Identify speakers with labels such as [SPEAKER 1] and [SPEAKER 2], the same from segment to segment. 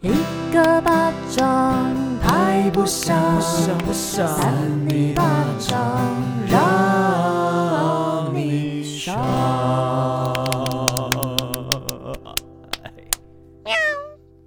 [SPEAKER 1] 一个巴掌拍不响，
[SPEAKER 2] 不想
[SPEAKER 1] 三你巴掌让你爽。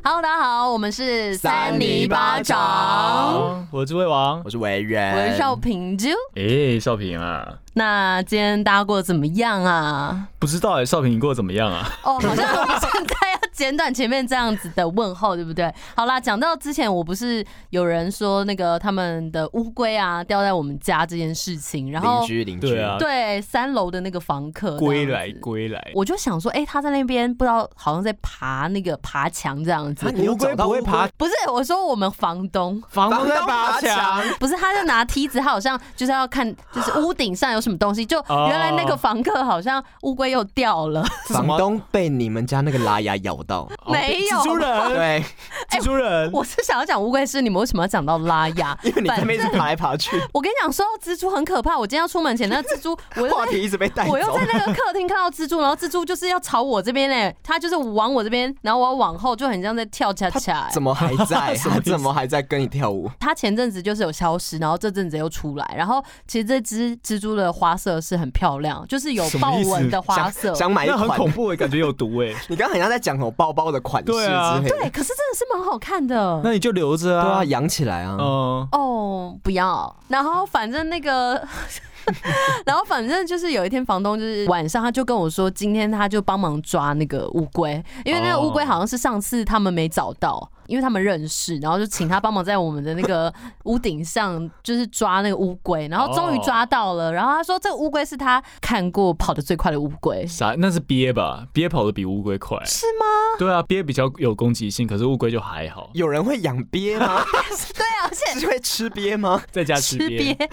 [SPEAKER 1] Hello，大家好，我们是
[SPEAKER 3] 三里巴掌，
[SPEAKER 2] 我是诸位王
[SPEAKER 3] 我，是维
[SPEAKER 1] 我
[SPEAKER 3] 人，
[SPEAKER 1] 是邵平啾。
[SPEAKER 4] 哎，少平啊，
[SPEAKER 1] 那今天大家过得怎么 样啊？
[SPEAKER 4] 不知道哎，少平你过得怎么样啊？
[SPEAKER 1] 哦，好像我们现在要简短前面这样子的问候，对不对？好啦，讲到之前，我不是有人说那个他们的乌龟啊掉在我们家这件事情，然后
[SPEAKER 3] 邻居邻居，
[SPEAKER 2] 对啊
[SPEAKER 1] 对三楼的那个房客
[SPEAKER 2] 归
[SPEAKER 1] 这样
[SPEAKER 2] 来
[SPEAKER 1] 子
[SPEAKER 2] 归来。
[SPEAKER 1] 我就想说，哎、他在那边不知道好像在爬那个爬墙这样子
[SPEAKER 3] 啊。你有
[SPEAKER 2] 乌龟
[SPEAKER 3] 找到
[SPEAKER 2] 不会
[SPEAKER 3] 乌龟
[SPEAKER 2] 爬，啊
[SPEAKER 1] 不是，我说我们房东，
[SPEAKER 2] 房
[SPEAKER 3] 房
[SPEAKER 2] 东在
[SPEAKER 3] 东
[SPEAKER 2] 爬
[SPEAKER 3] 爬
[SPEAKER 2] 墙。
[SPEAKER 3] 墙，
[SPEAKER 1] 不是，他就拿梯子，他好像就是要看，就是屋顶上有什么东西。就
[SPEAKER 2] 哦
[SPEAKER 1] 原来那个房客好像乌龟又掉了，
[SPEAKER 2] 是什么
[SPEAKER 3] 房东被你们家那个拉牙咬 到，
[SPEAKER 1] 没有
[SPEAKER 2] 哦蜘蛛人，
[SPEAKER 3] 对，
[SPEAKER 1] 哎
[SPEAKER 2] 蜘蛛人，
[SPEAKER 1] 我是想要讲乌龟是你们为什么要讲到拉 雅？
[SPEAKER 3] 因为你在那
[SPEAKER 1] 反
[SPEAKER 3] 边一直
[SPEAKER 1] 正
[SPEAKER 3] 爬来爬去，
[SPEAKER 1] 我跟你讲，说到蜘蛛很可怕。我今天要出门前，那个 蜘蛛，我又
[SPEAKER 3] 话
[SPEAKER 1] 在
[SPEAKER 3] 题一直被带
[SPEAKER 1] 我又
[SPEAKER 3] 走
[SPEAKER 1] 在。那个客厅看到蜘蛛，然后蜘蛛就是要朝我这边嘞，它就是往我这边，然后我要往后，就很像在跳恰恰、欸
[SPEAKER 3] 怎。么还 在？他怎么还在跟你跳舞？
[SPEAKER 1] 它前阵子就是有消失，然后这阵子又出来。然后其实这只蜘蛛的花色是很漂亮，就是有
[SPEAKER 2] 什么
[SPEAKER 1] 豹
[SPEAKER 2] 意思
[SPEAKER 1] 纹的花
[SPEAKER 3] 想
[SPEAKER 1] 色。
[SPEAKER 3] 想买一
[SPEAKER 2] 那很
[SPEAKER 3] 款
[SPEAKER 2] 恐，怖
[SPEAKER 4] 欸
[SPEAKER 2] 哎，感觉有毒 哎。
[SPEAKER 3] 你刚刚很像在讲什么包包的款式之
[SPEAKER 2] 对啊
[SPEAKER 3] 类
[SPEAKER 1] 对，
[SPEAKER 3] 的，
[SPEAKER 1] 可是真的是蛮好看的。
[SPEAKER 2] 那你就留着
[SPEAKER 3] 对
[SPEAKER 2] 啊
[SPEAKER 3] 啊，。养起来啊。
[SPEAKER 2] 嗯，
[SPEAKER 1] 哦，不要。然后反正那个， 然后反正就是有一天，房东就是晚上他就跟我说，今天他就帮忙抓那个乌龟，因为那个乌龟好像是上次他们没找到。因为他们认识，然后就请他帮忙在我们的那个屋顶上，就是抓那个乌龟，然后终于抓到了。然后他说，这个乌龟是他看过跑得最快的乌龟，
[SPEAKER 4] 啥？那是鳖吧？鳖跑得比乌龟快。
[SPEAKER 1] 是吗？
[SPEAKER 4] 对啊，鳖比较有攻击性，可是乌龟就还好。
[SPEAKER 3] 有人会养鳖 吗？
[SPEAKER 1] 对啊，而且
[SPEAKER 3] 是会吃鳖吗？
[SPEAKER 4] 在家
[SPEAKER 1] 吃
[SPEAKER 4] 吃
[SPEAKER 1] 鳖
[SPEAKER 4] 鳖，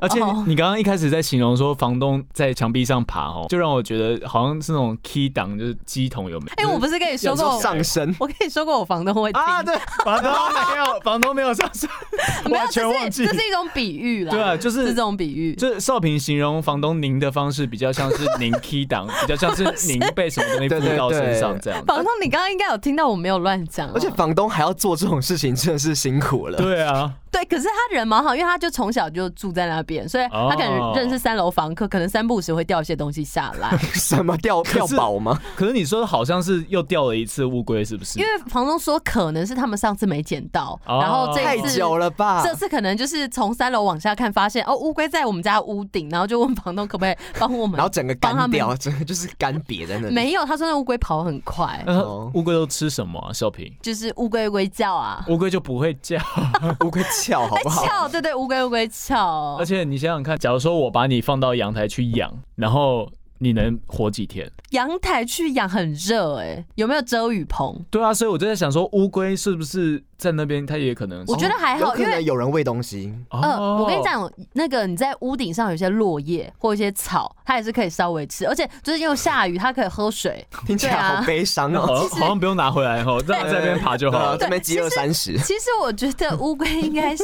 [SPEAKER 4] 而且
[SPEAKER 1] 哦
[SPEAKER 4] 你你刚刚一开始在形容说房东在墙壁上爬哦，就让我觉得好像是那种 key 档，就是机筒有没有？
[SPEAKER 1] 哎、我不是跟你说
[SPEAKER 3] 有时
[SPEAKER 1] 过
[SPEAKER 3] 候，上身
[SPEAKER 1] 我跟 你说过，我房东会听
[SPEAKER 3] 啊，对，
[SPEAKER 4] 房东没有，房东没有上身，
[SPEAKER 1] 没有，
[SPEAKER 4] 完
[SPEAKER 1] 这
[SPEAKER 4] 全忘
[SPEAKER 1] 是
[SPEAKER 4] 记
[SPEAKER 1] 这。是一种比喻啦。
[SPEAKER 4] 对啊，就是
[SPEAKER 1] 这
[SPEAKER 4] 是
[SPEAKER 1] 种比喻。
[SPEAKER 4] 这少平形容房东您的方式比较像是您 key 档，比较像是您被什 么东西
[SPEAKER 3] 对对
[SPEAKER 4] 附到身
[SPEAKER 3] 对
[SPEAKER 4] 上这样子。
[SPEAKER 1] 房东，你刚刚应该有听到我没有乱讲哦、
[SPEAKER 3] 而且房东还要做这种事情，真的是辛苦了。
[SPEAKER 4] 对啊，
[SPEAKER 1] 对，可是他人蛮好，因为他就从小就住在那边，所以他可能
[SPEAKER 4] 哦
[SPEAKER 1] 认识三楼房客，可能三不五时会掉一些东西下 来。
[SPEAKER 3] 什么掉
[SPEAKER 4] 是
[SPEAKER 3] 掉宝吗？
[SPEAKER 4] 可是你说好像是又掉了一次乌龟，是不是
[SPEAKER 1] 因？为房东说可能是他们上次没捡到，
[SPEAKER 4] 哦
[SPEAKER 1] 然后这
[SPEAKER 3] 太
[SPEAKER 1] 一次
[SPEAKER 3] 久了吧？
[SPEAKER 1] 这次可能就是从三楼往下看，发现哦乌龟在我们家屋顶，然后就问房东可不可以帮我们
[SPEAKER 3] 然后。整个
[SPEAKER 1] 帮他
[SPEAKER 3] 干
[SPEAKER 1] 们
[SPEAKER 3] 掉，整个就是干瘪在那里。
[SPEAKER 1] 没有，他说那乌龟跑很快，
[SPEAKER 4] 那它
[SPEAKER 3] 哦
[SPEAKER 4] 乌龟都吃什么啊？少 平，
[SPEAKER 1] 就是乌龟乌龟叫啊，
[SPEAKER 4] 乌龟就不会叫。
[SPEAKER 3] 乌龟翘好不好？
[SPEAKER 1] 叫对对，乌龟乌龟叫
[SPEAKER 4] 而，且你想想看，假如说我把你放到阳台去养，然后你能活几天？
[SPEAKER 1] 阳台去养很热哎、有没有遮雨棚？
[SPEAKER 3] 哦
[SPEAKER 4] 对啊，所以我就在想说，乌龟是不是在那边它也可能是？哦
[SPEAKER 1] 我觉得还
[SPEAKER 3] 有
[SPEAKER 1] 好，
[SPEAKER 3] 可
[SPEAKER 1] 因为
[SPEAKER 3] 能哦有人喂东西，
[SPEAKER 1] 呃，我跟你，讲，那个你在屋顶上有一些落叶或一些草，它也是可以稍微吃，而且最近又下雨，它可以 喝水。
[SPEAKER 3] 听起
[SPEAKER 1] 对
[SPEAKER 3] 来
[SPEAKER 1] 啊
[SPEAKER 3] 好悲伤
[SPEAKER 4] 那 好
[SPEAKER 3] 哦。
[SPEAKER 4] 像好像不用拿回来哦，让它在那边爬就好
[SPEAKER 3] 对啊
[SPEAKER 4] 了。
[SPEAKER 3] 这边饥饿三十，
[SPEAKER 1] 其实我觉得乌龟应该是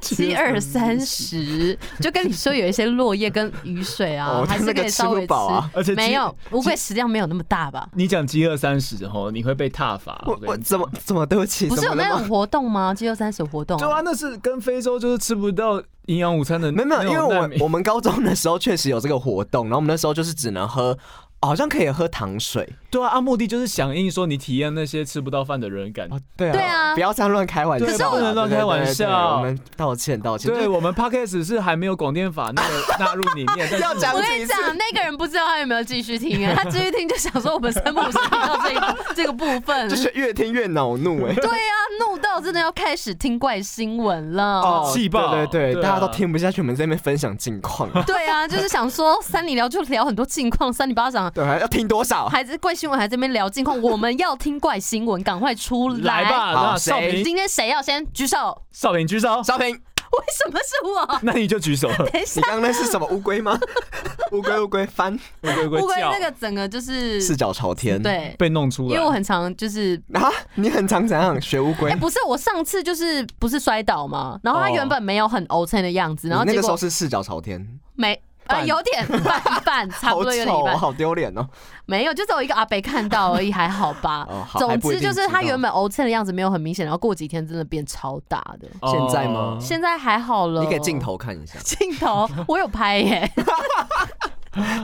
[SPEAKER 1] 七二 三十，就跟你说有一些落叶跟雨水啊
[SPEAKER 3] 哦，
[SPEAKER 1] 还是可以稍
[SPEAKER 3] 那
[SPEAKER 1] 微
[SPEAKER 3] 个吃不饱啊
[SPEAKER 4] 而且
[SPEAKER 1] 吃。没有乌龟食量没有那么大吧？
[SPEAKER 4] 你讲饥饿三十哦，你会被踏伐。
[SPEAKER 3] 我
[SPEAKER 4] 跟你
[SPEAKER 3] 我
[SPEAKER 4] 讲
[SPEAKER 3] 怎么怎么对不起？
[SPEAKER 1] 不是
[SPEAKER 3] 怎
[SPEAKER 1] 有
[SPEAKER 3] 么
[SPEAKER 1] 那
[SPEAKER 3] 了
[SPEAKER 1] 种
[SPEAKER 3] 吗？
[SPEAKER 1] 活动吗？七二三十
[SPEAKER 3] 哦
[SPEAKER 1] 活动
[SPEAKER 4] 对啊，那是跟非洲就是吃不到营养午餐的
[SPEAKER 3] 没
[SPEAKER 4] 那
[SPEAKER 3] 有
[SPEAKER 4] 种
[SPEAKER 3] 没有，
[SPEAKER 4] 难
[SPEAKER 3] 因为
[SPEAKER 4] 民，
[SPEAKER 3] 我我们高中的时候确实有这个活动，然后我们那时候就是只能喝，好像可以喝糖水
[SPEAKER 4] 对啊，啊，目的就是响应说你体验那些吃不到饭的人的感觉。
[SPEAKER 3] 啊。对啊，
[SPEAKER 1] 对啊
[SPEAKER 3] 不要这样乱开玩笑啦，
[SPEAKER 4] 哦可是我
[SPEAKER 3] 对
[SPEAKER 4] 不能乱
[SPEAKER 3] 对
[SPEAKER 4] 开
[SPEAKER 3] 对
[SPEAKER 4] 玩
[SPEAKER 3] 对
[SPEAKER 4] 笑
[SPEAKER 3] 我们道歉道歉。
[SPEAKER 4] 对我们 podcast 是还没有广电法那个纳入里 面，但
[SPEAKER 3] 要
[SPEAKER 4] 是
[SPEAKER 3] 讲
[SPEAKER 1] 我跟你讲，那个人不知道他有没有继续听啊，他继续听就想说我们三不五时听到这个这个部分，
[SPEAKER 3] 就是 越听越恼怒哎。
[SPEAKER 1] 对呀、怒到真的要开始听怪新闻了。
[SPEAKER 3] 哦
[SPEAKER 4] 气爆
[SPEAKER 3] 对对对，
[SPEAKER 4] 对啊
[SPEAKER 3] 大家都听不下去，我们在那边分享近况。
[SPEAKER 1] 对啊，就是想说三里聊就聊很多近况，三里巴掌
[SPEAKER 3] 对，要听多少？
[SPEAKER 1] 还在怪新闻还在那边聊近况，我们要听怪新闻，赶快出来
[SPEAKER 4] 来吧，
[SPEAKER 3] 好
[SPEAKER 4] 那少
[SPEAKER 3] 谁
[SPEAKER 4] 平
[SPEAKER 1] 今天谁要先举手？
[SPEAKER 4] 少平 举手，
[SPEAKER 3] 少 平，
[SPEAKER 1] 为什么是我？
[SPEAKER 4] 那你就 举手了。
[SPEAKER 1] 等一下
[SPEAKER 3] 你，刚刚那是什么乌龟 吗？乌龟乌龟翻，
[SPEAKER 4] 乌
[SPEAKER 1] 乌
[SPEAKER 4] 龟
[SPEAKER 1] 龟
[SPEAKER 4] 叫
[SPEAKER 1] 那个整个就是
[SPEAKER 3] 四脚朝天。
[SPEAKER 1] 对，
[SPEAKER 4] 被弄出来，
[SPEAKER 1] 因为我很常就是。
[SPEAKER 3] 啊，你很常怎样学乌龟
[SPEAKER 1] 哎、？不是，我上次就是不是摔倒嘛，然后他
[SPEAKER 4] 哦
[SPEAKER 1] 原本没有很 O 称的样子，然后
[SPEAKER 3] 你那
[SPEAKER 1] 结
[SPEAKER 3] 个时
[SPEAKER 1] 果
[SPEAKER 3] 候是四脚朝天，
[SPEAKER 1] 没呃，
[SPEAKER 3] 半
[SPEAKER 1] 有点一半一 半，差不
[SPEAKER 3] 好
[SPEAKER 1] 多有点一
[SPEAKER 3] 丑哦，
[SPEAKER 1] 半，
[SPEAKER 3] 好丢脸哦。
[SPEAKER 1] 没有，就只有一个阿北看到而已，还好吧
[SPEAKER 3] 哦。好还
[SPEAKER 1] 总
[SPEAKER 3] 不一
[SPEAKER 1] 之
[SPEAKER 3] 定
[SPEAKER 1] 就是他
[SPEAKER 3] 知道
[SPEAKER 1] 原本 O 蹭的样子没有很明显，然后过几天真的变超大的，
[SPEAKER 3] 现在吗
[SPEAKER 4] 哦
[SPEAKER 1] 现在还好了。
[SPEAKER 3] 你给镜头看一下，
[SPEAKER 1] 镜头，我有拍耶，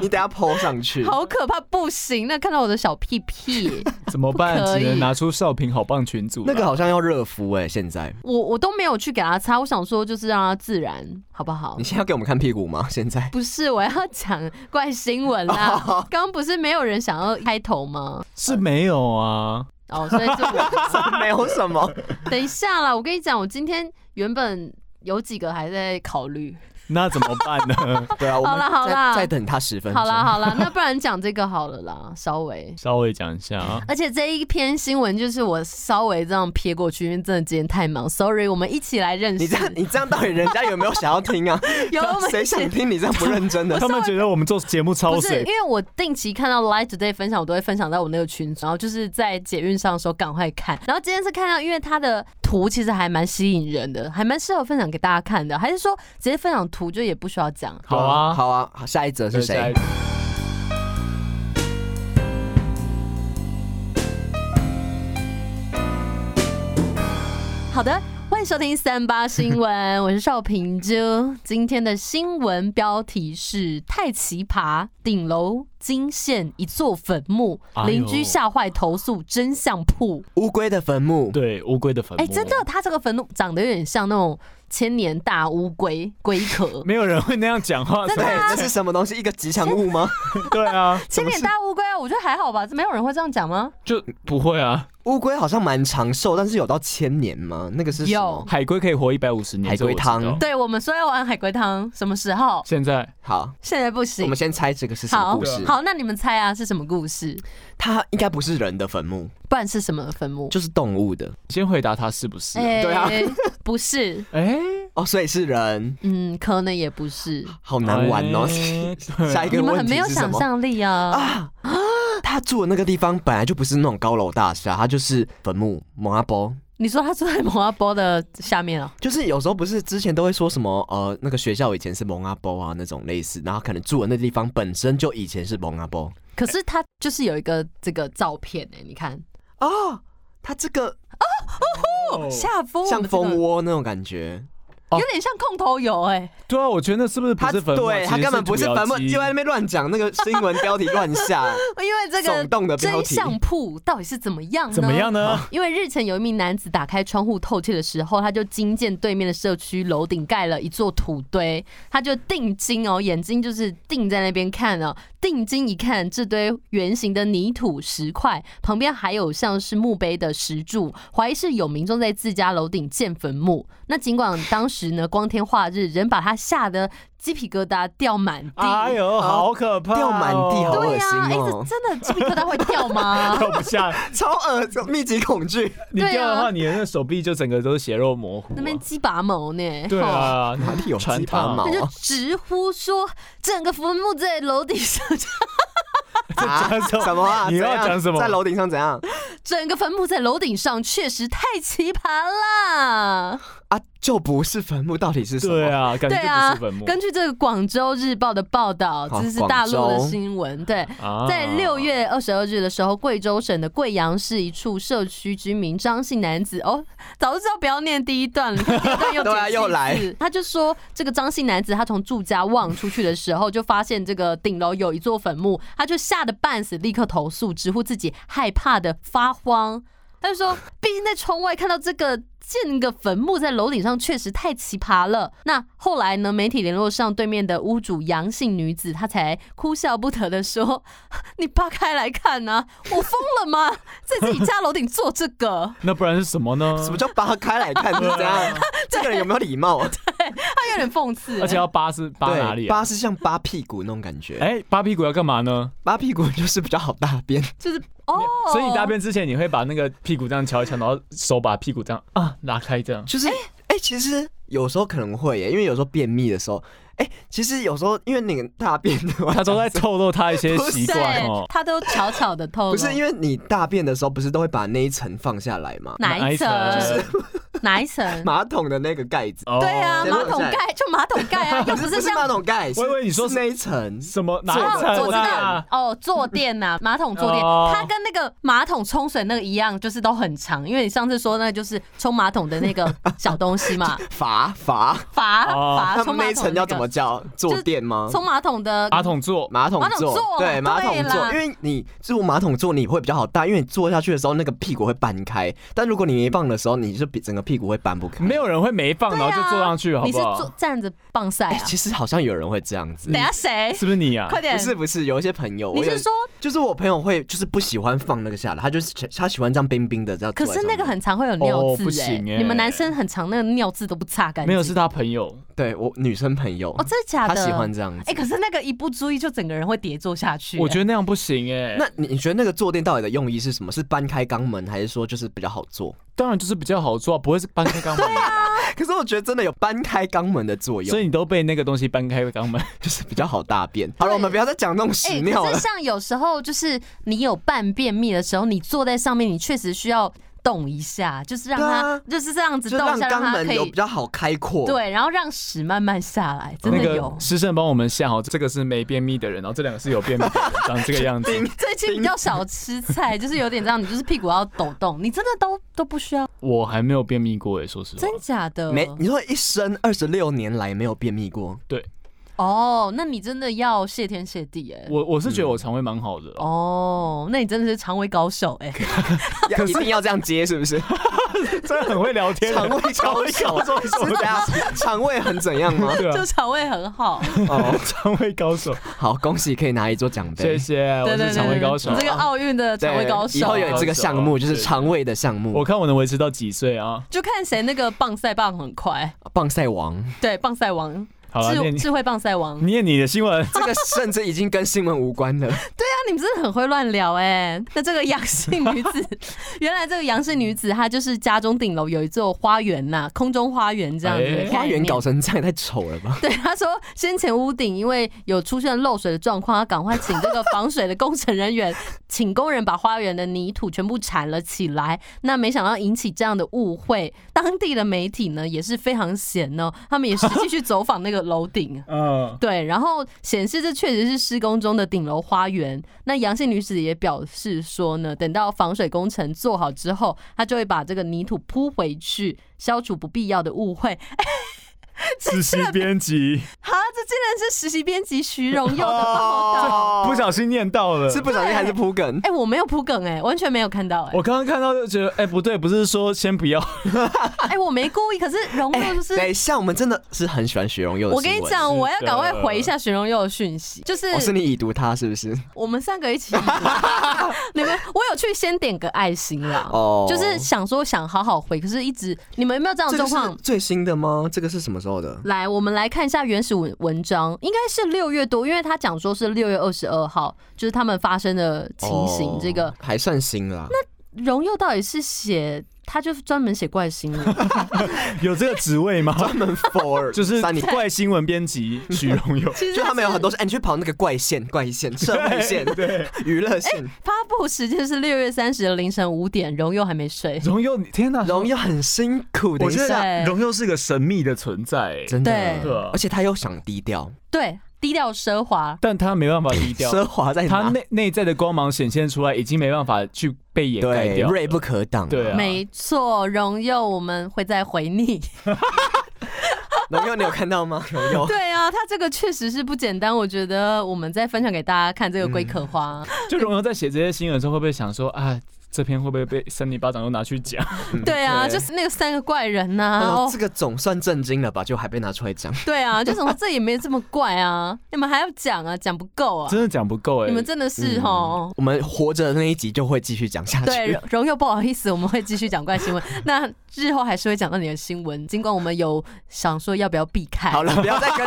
[SPEAKER 3] 你等下 PO 上去。
[SPEAKER 1] 好可怕，不行，那看到我的小屁屁，
[SPEAKER 4] 怎么办？
[SPEAKER 1] 不可以
[SPEAKER 4] 只能拿出少平好棒群组了
[SPEAKER 3] 那个好像要热敷哎，现在
[SPEAKER 1] 我我都没有去给他擦，我想说就是让他自然，好不好
[SPEAKER 3] 你？现在要给我们看屁股吗？现 在
[SPEAKER 1] 不是，我要讲怪新闻 啦。
[SPEAKER 3] 哦
[SPEAKER 1] 刚刚不是没有人想要开头吗？
[SPEAKER 4] 是没有啊，
[SPEAKER 1] 哦，所以是我。
[SPEAKER 3] 没有什么，
[SPEAKER 1] 等一下啦，我跟你讲，我今天原本有几个还在考虑。
[SPEAKER 4] 那怎么办呢？
[SPEAKER 3] 对啊，我
[SPEAKER 1] 好
[SPEAKER 3] 们
[SPEAKER 1] 啦好啦
[SPEAKER 3] 再再等他十分钟。
[SPEAKER 1] 好啦好啦，那不然讲这个好了啦，稍微。
[SPEAKER 4] 稍微讲一下啊，
[SPEAKER 1] 而且这一篇新闻就是我稍微这样瞥过去，因为真的今天太忙，sorry，我们一起来认识。
[SPEAKER 3] 你这样你这样到底人家有没有想要听 啊？
[SPEAKER 1] 有我们
[SPEAKER 3] 谁
[SPEAKER 1] 一起
[SPEAKER 3] 想听你这样不认真的？
[SPEAKER 4] 他们觉得我们做节目超
[SPEAKER 1] 不是，
[SPEAKER 4] 水
[SPEAKER 1] 因，为我定期看到 Live Today 分享，我都会分享在我那个群组，然后就是在捷运上的时候赶快看。然后今天是看到，因为它的图其实还蛮吸引人的，还蛮适合分享给大家看的。还是说直接分享图就也不需要讲？
[SPEAKER 4] 好啊，
[SPEAKER 3] 好啊，好下一则是
[SPEAKER 4] 下一
[SPEAKER 3] 谁？
[SPEAKER 4] 个
[SPEAKER 1] 好的，欢迎收听三八新 闻，我是邵平珠。今天的新闻标题是：太奇葩，顶楼惊现一座坟墓，
[SPEAKER 4] 哎呦
[SPEAKER 1] 邻居吓坏投诉真相铺。
[SPEAKER 3] 乌龟的坟墓。
[SPEAKER 4] 对乌龟的坟墓，
[SPEAKER 1] 哎、真的，它这个坟墓长得有点像那种千年大乌龟龟壳。
[SPEAKER 4] 没有人会那样讲话，
[SPEAKER 1] 真
[SPEAKER 4] 所
[SPEAKER 1] 的
[SPEAKER 3] 对，
[SPEAKER 1] 啊
[SPEAKER 3] 这是什么东西？一个吉祥物 吗？
[SPEAKER 4] 以 对啊，
[SPEAKER 1] 千年大乌龟啊，我觉得还好吧，这没有人会这样讲
[SPEAKER 3] 嗯
[SPEAKER 1] 吗？
[SPEAKER 4] 就不会啊。
[SPEAKER 3] 乌龟好像蛮长寿，但是有到千年吗？那个是什么
[SPEAKER 1] 有
[SPEAKER 4] 海龟可以活一百五十年，
[SPEAKER 3] 海龟汤
[SPEAKER 4] 这我知道
[SPEAKER 1] 对我们说要玩海龟汤，什么时候？
[SPEAKER 4] 现在
[SPEAKER 3] 好，
[SPEAKER 1] 现在不
[SPEAKER 3] 我
[SPEAKER 1] 行
[SPEAKER 3] 们。先猜这个是什么
[SPEAKER 1] 好
[SPEAKER 3] 故事。
[SPEAKER 1] 好，那你们猜啊，是什么故事？
[SPEAKER 3] 它应该不是人的坟墓，
[SPEAKER 1] 不然是什么坟墓？
[SPEAKER 3] 就是动物的
[SPEAKER 4] 先回答他是不是啊？
[SPEAKER 1] 哎
[SPEAKER 3] 对啊
[SPEAKER 1] 不是，
[SPEAKER 4] 哎，
[SPEAKER 3] 哦，所以是人，
[SPEAKER 1] 嗯，可能也不是。
[SPEAKER 3] 好难玩哦。
[SPEAKER 4] 哎
[SPEAKER 3] 下一
[SPEAKER 1] 你
[SPEAKER 3] 个
[SPEAKER 1] 们
[SPEAKER 3] 问
[SPEAKER 1] 很没
[SPEAKER 3] 题
[SPEAKER 1] 有
[SPEAKER 3] 是什
[SPEAKER 1] 想
[SPEAKER 3] 么？
[SPEAKER 1] 象力啊！
[SPEAKER 3] 他住的那个地方本来就不是那种高楼大厦，它就是坟墓、蒙阿波。
[SPEAKER 1] 你说他住在蒙阿波的下面啊？
[SPEAKER 3] 就是有时候不是之前都会说什么呃，那个学校以前是蒙阿波啊那种类似，然后可能住的那地方本身就以前是蒙阿波
[SPEAKER 1] 可是他就是有一个这个照片哎、你看
[SPEAKER 3] 哦，它这个
[SPEAKER 4] 哦
[SPEAKER 1] 下风我
[SPEAKER 3] 像
[SPEAKER 1] 们这个
[SPEAKER 3] 蜂窝那种感觉，
[SPEAKER 4] 哦
[SPEAKER 1] 有点像控头油哎、
[SPEAKER 4] 对啊，我觉得那是不是不
[SPEAKER 3] 它
[SPEAKER 4] 是坟墓啊？
[SPEAKER 3] 对
[SPEAKER 4] 其
[SPEAKER 3] 它
[SPEAKER 4] 实
[SPEAKER 3] 根本不是
[SPEAKER 4] 土窑
[SPEAKER 3] 坟墓，
[SPEAKER 4] 基
[SPEAKER 3] 就在那边乱讲那个新闻标题乱下，
[SPEAKER 1] 因为这
[SPEAKER 3] 耸
[SPEAKER 1] 个
[SPEAKER 3] 动的标
[SPEAKER 1] 真
[SPEAKER 3] 题。
[SPEAKER 1] 相铺到底是怎么样呢？
[SPEAKER 4] 怎么样呢？
[SPEAKER 1] 因为日前有一名男子打开窗户透气的时候，他就惊见对面的社区楼顶盖了一座土堆，他就定睛哦，眼睛就是定在那边看哦，定睛一看，这堆圆形的泥土石块旁边还有像是墓碑的石柱，怀疑是有民众在自家楼顶建坟墓。那尽管当时呢光天化日，人把他吓得鸡皮疙瘩掉满地。
[SPEAKER 4] 哎呦，好可怕哦！
[SPEAKER 3] 掉满地好
[SPEAKER 1] 对
[SPEAKER 3] 恶
[SPEAKER 1] 呀、哎、
[SPEAKER 3] 心
[SPEAKER 1] 这
[SPEAKER 3] 哦
[SPEAKER 1] 真的鸡皮疙瘩会掉吗？
[SPEAKER 4] 跳不下，
[SPEAKER 3] 超恶密集恐惧，
[SPEAKER 4] 你
[SPEAKER 1] 对啊
[SPEAKER 4] 掉的话，你的那手臂就整个都是血肉模糊啊。
[SPEAKER 1] 那边鸡拔毛呢？
[SPEAKER 4] 对
[SPEAKER 1] 吼
[SPEAKER 4] 啊，
[SPEAKER 3] 哪里有
[SPEAKER 4] 传
[SPEAKER 3] 鸡巴
[SPEAKER 4] 达
[SPEAKER 3] 毛
[SPEAKER 1] 他就
[SPEAKER 3] 啊？
[SPEAKER 1] 直呼说整个坟墓在楼顶上，
[SPEAKER 3] 啊
[SPEAKER 4] 这叫
[SPEAKER 3] 什么啊？
[SPEAKER 4] 你要
[SPEAKER 3] 怎样
[SPEAKER 4] 讲什么
[SPEAKER 3] 在楼顶上怎样
[SPEAKER 1] 整个坟墓在楼顶上，确实太奇葩啦！
[SPEAKER 3] 啊？就不是坟墓，到底是什么？
[SPEAKER 4] 对啊，感
[SPEAKER 1] 对
[SPEAKER 4] 觉就不
[SPEAKER 1] 啊
[SPEAKER 4] 是坟，墓
[SPEAKER 1] 根据这个《广州日报》的报道，
[SPEAKER 3] 好
[SPEAKER 1] 这是大陆
[SPEAKER 3] 广
[SPEAKER 1] 的
[SPEAKER 3] 州
[SPEAKER 1] 新闻。对，
[SPEAKER 4] 啊
[SPEAKER 1] 在六月二十二日的时候，贵州省的贵阳市一处社区居民张姓男子，哦，早就知道不要念第一段 了，你看第一段又
[SPEAKER 3] 对啊
[SPEAKER 1] 解释
[SPEAKER 3] 又
[SPEAKER 1] 一次
[SPEAKER 3] 来。
[SPEAKER 1] 他就说，这个张姓男子他从住家望出去的时候，就发现这个顶楼有一座坟墓，他就吓得半死，立刻投诉，直呼自己害怕的发慌。他就说，毕竟在窗外看到这个建个坟墓在楼顶上，确实太奇葩了。那后来呢？媒体联络上对面的屋主杨姓女子，她才哭笑不得的说：“ 你扒开来看呢、我疯了吗？在自己家楼顶做这个？”
[SPEAKER 4] 那不然是什么呢？
[SPEAKER 3] 什么叫扒开来看？是怎样？ 这个人有没有礼貌啊？
[SPEAKER 1] 他有点讽刺、
[SPEAKER 4] 而且要扒是扒
[SPEAKER 3] 对，
[SPEAKER 4] 哪里啊？
[SPEAKER 3] 扒是像扒屁股那种感觉，
[SPEAKER 4] 哎，扒屁股要干嘛呢？
[SPEAKER 1] 哦
[SPEAKER 3] 扒屁股就是比较好大便。
[SPEAKER 1] 就是哦，
[SPEAKER 4] 所以你大便之前，你会把那个屁股这样敲一敲，然后手把屁股这样啊拉开这样。
[SPEAKER 3] 就是哎、其实有时候可能会耶，因为有时候便秘的时候，哎、其实有时候因为那个大便的话，
[SPEAKER 4] 他都在透露他一些
[SPEAKER 3] 不是
[SPEAKER 4] 习惯哦
[SPEAKER 1] 对，。他都悄悄的透露，
[SPEAKER 3] 不是因为你大便的时候不是都会把那一层放下来吗？
[SPEAKER 1] 哪一层？
[SPEAKER 4] 哪一层
[SPEAKER 1] 哪一层？
[SPEAKER 3] 马桶的那个盖子，
[SPEAKER 4] 哦
[SPEAKER 1] 对啊，
[SPEAKER 3] 先落
[SPEAKER 1] 马桶
[SPEAKER 3] 下来
[SPEAKER 1] 盖就马桶 盖啊，又不
[SPEAKER 3] 是
[SPEAKER 1] 是
[SPEAKER 3] 马
[SPEAKER 1] 像
[SPEAKER 3] 桶盖，
[SPEAKER 4] 我以为你说
[SPEAKER 3] 是那一层，
[SPEAKER 4] 什么哪
[SPEAKER 1] 哦
[SPEAKER 4] 一层
[SPEAKER 1] 我知道
[SPEAKER 4] 啊？
[SPEAKER 1] 哦，坐垫 呐，马桶坐垫，
[SPEAKER 4] 哦
[SPEAKER 1] 它跟那个马桶冲水那个一样，就是都很长，因为你上次说那个就是冲马桶的那个小东西 嘛，
[SPEAKER 3] 阀阀，
[SPEAKER 1] 阀
[SPEAKER 4] 哦
[SPEAKER 1] 阀
[SPEAKER 3] 他
[SPEAKER 1] 啊冲
[SPEAKER 3] 们那
[SPEAKER 1] 马桶
[SPEAKER 3] 一层
[SPEAKER 1] 那
[SPEAKER 3] 要
[SPEAKER 1] 个
[SPEAKER 3] 怎么叫？坐垫吗？
[SPEAKER 1] 冲马桶的
[SPEAKER 4] 马桶座
[SPEAKER 3] 马桶
[SPEAKER 1] 马桶
[SPEAKER 3] 座
[SPEAKER 1] 座，
[SPEAKER 3] 对马桶
[SPEAKER 1] 对
[SPEAKER 3] 座
[SPEAKER 1] 啦，
[SPEAKER 3] 因为你坐马桶座你会比较好搭，因为你坐下去的时候那个屁股会搬开，但如果你没放的时候，你就比整个屁股会搬不开。
[SPEAKER 4] 没有人会没放，然后就坐上去，好
[SPEAKER 1] 你是
[SPEAKER 4] 不
[SPEAKER 1] 坐
[SPEAKER 4] 好？
[SPEAKER 1] 站着棒晒
[SPEAKER 3] 哎、
[SPEAKER 1] 啊？
[SPEAKER 3] 其实好像有人会这样子，
[SPEAKER 1] 等一下谁？
[SPEAKER 4] 是不是你啊？
[SPEAKER 1] 快点！
[SPEAKER 3] 不是不是，有一些朋友，
[SPEAKER 1] 你
[SPEAKER 3] 我有
[SPEAKER 1] 是说，
[SPEAKER 3] 就是我朋友会就是不喜欢放那个下来，他就是他喜欢这样冰冰的这样坐
[SPEAKER 1] 可
[SPEAKER 3] 在上
[SPEAKER 1] 是
[SPEAKER 3] 面。
[SPEAKER 1] 那个很常会有尿
[SPEAKER 4] 哦不
[SPEAKER 1] 渍
[SPEAKER 4] 行
[SPEAKER 1] 哎，
[SPEAKER 4] 欸
[SPEAKER 1] 你们男生很常那个尿渍都不擦干净，
[SPEAKER 4] 没有，是他朋友。
[SPEAKER 3] 对我女生朋友，
[SPEAKER 1] 哦，真的假
[SPEAKER 3] 她
[SPEAKER 1] 的？
[SPEAKER 3] 喜欢这样子。
[SPEAKER 1] 哎，可是那个一不注意就整个人会跌坐下去欸，
[SPEAKER 4] 我觉得啊那样不行哎。
[SPEAKER 3] 那你你觉得那个坐垫到底的用意是什么？是搬开肛门，还是说就是比较好 坐？
[SPEAKER 4] 当然就是比较好做，不会是搬开肛 门，
[SPEAKER 3] 可是我觉得真的有搬开肛门的作用，
[SPEAKER 4] 所以你都被那个东西搬开肛门。
[SPEAKER 3] 就是比较好大便。好了，我们不要再讲那种
[SPEAKER 1] 哎、
[SPEAKER 3] 屎尿啊
[SPEAKER 1] 可
[SPEAKER 3] 了
[SPEAKER 1] 是。像有时候就是你有半便秘的时候，你坐在上面，你确实需要动一下，就是让它、
[SPEAKER 3] 对啊
[SPEAKER 1] 就是这样子
[SPEAKER 3] 就
[SPEAKER 1] 动
[SPEAKER 3] 让
[SPEAKER 1] 一下，让
[SPEAKER 3] 肛
[SPEAKER 1] 它
[SPEAKER 3] 门
[SPEAKER 1] 可
[SPEAKER 3] 有比
[SPEAKER 1] 以
[SPEAKER 3] 较好开阔，，
[SPEAKER 1] 对，然后让屎慢慢下来，真
[SPEAKER 4] 那
[SPEAKER 1] 的 有。
[SPEAKER 4] 个师生帮我们下好，这个是没便秘的人，然后这两个是有便秘的人，长这个样 子。
[SPEAKER 1] 最近比较少吃菜，就是有点这样，你就是屁股要抖动，你真的都都不需要，
[SPEAKER 4] 我还没有便秘过哎，说实话
[SPEAKER 1] 真。假的？
[SPEAKER 3] 没你说一生二十六年来没有便秘 过，
[SPEAKER 1] 哦，那你真的要谢天谢地哎、
[SPEAKER 4] 我我是觉得我肠胃蛮好的啦，
[SPEAKER 1] 哦，那你真的是肠胃高手哎、
[SPEAKER 3] 要一定要这样接是不 是？
[SPEAKER 4] 真的很会聊 天，
[SPEAKER 3] 肠胃
[SPEAKER 4] 超
[SPEAKER 3] 高
[SPEAKER 4] 手，
[SPEAKER 3] 是这样，肠胃很怎样 吗？
[SPEAKER 4] 对啊
[SPEAKER 1] 就，肠胃很好。
[SPEAKER 3] 哦，
[SPEAKER 4] 肠胃高手，
[SPEAKER 3] 好，恭喜可以拿一座奖
[SPEAKER 4] 谢
[SPEAKER 3] 杯。
[SPEAKER 4] 谢，我
[SPEAKER 1] 对对对
[SPEAKER 4] 是肠胃
[SPEAKER 1] 对
[SPEAKER 4] 高
[SPEAKER 1] 对，
[SPEAKER 4] 手
[SPEAKER 1] 你。这个奥运的肠胃高手，
[SPEAKER 3] 以后有这个项目就是肠胃的项
[SPEAKER 4] 我
[SPEAKER 3] 目，
[SPEAKER 4] 看我能维持到几岁啊？
[SPEAKER 1] 就看谁那个棒赛棒很快，
[SPEAKER 3] 棒赛王，
[SPEAKER 1] 对，棒赛王，
[SPEAKER 4] 好啊了，念
[SPEAKER 1] 智智慧棒赛王。
[SPEAKER 4] 念你的新闻，
[SPEAKER 3] 这个甚至已经跟新闻无关 了。
[SPEAKER 1] 啊那你们真的很会乱聊哎、那这个杨姓女子， 原来这个杨姓女子她就是家中顶楼有一座花园呐、空中花园这样子的概
[SPEAKER 4] 哎
[SPEAKER 1] 念。
[SPEAKER 3] 花园搞成这样也太丑了吧？
[SPEAKER 1] 对，她说先前屋顶因为有出现漏水的状况，她赶快请这个防水的工程人员，请工人把花园的泥土全部铲了起来。那没想到引起这样的误会，当地的媒体呢也是非常闲哦，他们也实际去走访那个楼顶。啊
[SPEAKER 4] 嗯，
[SPEAKER 1] 对，然后显示这确实是施工中的顶楼花园。那阳性女子也表示说呢，等到防水工程做好之后，她就会把这个泥土铺回去，消除不必要的误会。
[SPEAKER 4] 实习编辑
[SPEAKER 1] 哈，这竟然是实习编辑徐荣佑的报道。
[SPEAKER 3] 哦
[SPEAKER 4] 不小心念到了，
[SPEAKER 3] 是不小心还是铺梗？
[SPEAKER 1] 哎、我没有铺梗哎、完全没有看到哎、
[SPEAKER 4] 我刚刚看到就觉得，哎、不对，不是说先不要，
[SPEAKER 1] 哎、我没故意，可是荣佑就是。
[SPEAKER 3] 哎等一下，我们真的是很喜欢许荣佑的
[SPEAKER 1] 我跟你
[SPEAKER 3] 新闻，哦
[SPEAKER 1] 讲，我要
[SPEAKER 4] 是的
[SPEAKER 1] 赶快回一下徐荣佑的讯息，就是
[SPEAKER 3] 哦，是你已读他是不是？
[SPEAKER 1] 我们三个 一起，你们我有去先点个爱心啦，
[SPEAKER 3] 哦
[SPEAKER 1] 就是想说想好好回，可是一直你们有没有这样的
[SPEAKER 3] 这个
[SPEAKER 1] 状
[SPEAKER 3] 是
[SPEAKER 1] 况？
[SPEAKER 3] 最新的吗？这个是什么时候的？
[SPEAKER 1] 来，我们来看一下原始文文章，应该是六月多，因为他讲说是六月二十二号，就是他们发生的情形。
[SPEAKER 3] 哦
[SPEAKER 1] 这个
[SPEAKER 3] 还算新啦。
[SPEAKER 1] 荣佑到底是写，他就是专门写怪 新闻，，
[SPEAKER 4] 有这个职位 吗？
[SPEAKER 3] 专 门 for
[SPEAKER 4] 就是
[SPEAKER 3] 三
[SPEAKER 4] 你
[SPEAKER 3] 年，
[SPEAKER 4] 怪新闻编辑许荣友
[SPEAKER 1] 其实
[SPEAKER 3] 就他们有
[SPEAKER 1] 是
[SPEAKER 3] 很多是，哎，你去跑那个怪线、怪线、社会线、 对 娱乐线，
[SPEAKER 1] 发布时间是六月三十的凌晨五点，荣佑还没睡。
[SPEAKER 4] 荣佑，你天哪，
[SPEAKER 1] 哎
[SPEAKER 3] 荣佑很辛苦的
[SPEAKER 4] 我
[SPEAKER 3] 一
[SPEAKER 4] 觉
[SPEAKER 3] 下，
[SPEAKER 1] 对
[SPEAKER 4] 得荣佑是个神秘的存在、
[SPEAKER 3] 真的
[SPEAKER 1] 对
[SPEAKER 4] 对啊，
[SPEAKER 3] 而且他又想低调，
[SPEAKER 1] 对，低调奢华，
[SPEAKER 4] 但他没办法低 调，
[SPEAKER 3] 奢华在
[SPEAKER 4] 他
[SPEAKER 3] 哪？
[SPEAKER 4] 内内在的光芒显现出来，已经没办法去被掩盖
[SPEAKER 3] 对，
[SPEAKER 4] 掉了，
[SPEAKER 3] 锐不可挡。
[SPEAKER 4] 对啊
[SPEAKER 1] 没错，荣佑我们会再回 你。
[SPEAKER 3] 荣佑你有看到吗？荣佑，
[SPEAKER 1] 对啊，他这个确实是不简单，我觉得我们再分享给大家看这个龟壳花。
[SPEAKER 4] 就荣佑在写这些新闻的时候，会不会想说，啊，这篇会不会被三零巴掌又拿去讲？
[SPEAKER 1] 对啊，
[SPEAKER 3] 嗯对
[SPEAKER 1] 就是那个三个怪人呐、
[SPEAKER 3] 哦
[SPEAKER 1] 哦，
[SPEAKER 3] 这，个总算震惊了吧？就还被拿出来讲，
[SPEAKER 1] 对 啊，就想说这也没这么怪啊，你们还要讲啊，讲不够啊，
[SPEAKER 4] 真的讲不够哎、
[SPEAKER 1] 你们真的是
[SPEAKER 4] 嗯
[SPEAKER 1] 哦。
[SPEAKER 3] 我们活着的那一集就会继续讲下
[SPEAKER 1] 对，
[SPEAKER 3] 去
[SPEAKER 1] 荣。荣佑，不好意思，我们会继续讲怪新闻。 那日后还是会讲到你的新闻，尽管我们有想说要不要避开。
[SPEAKER 3] 好了，不要再 跟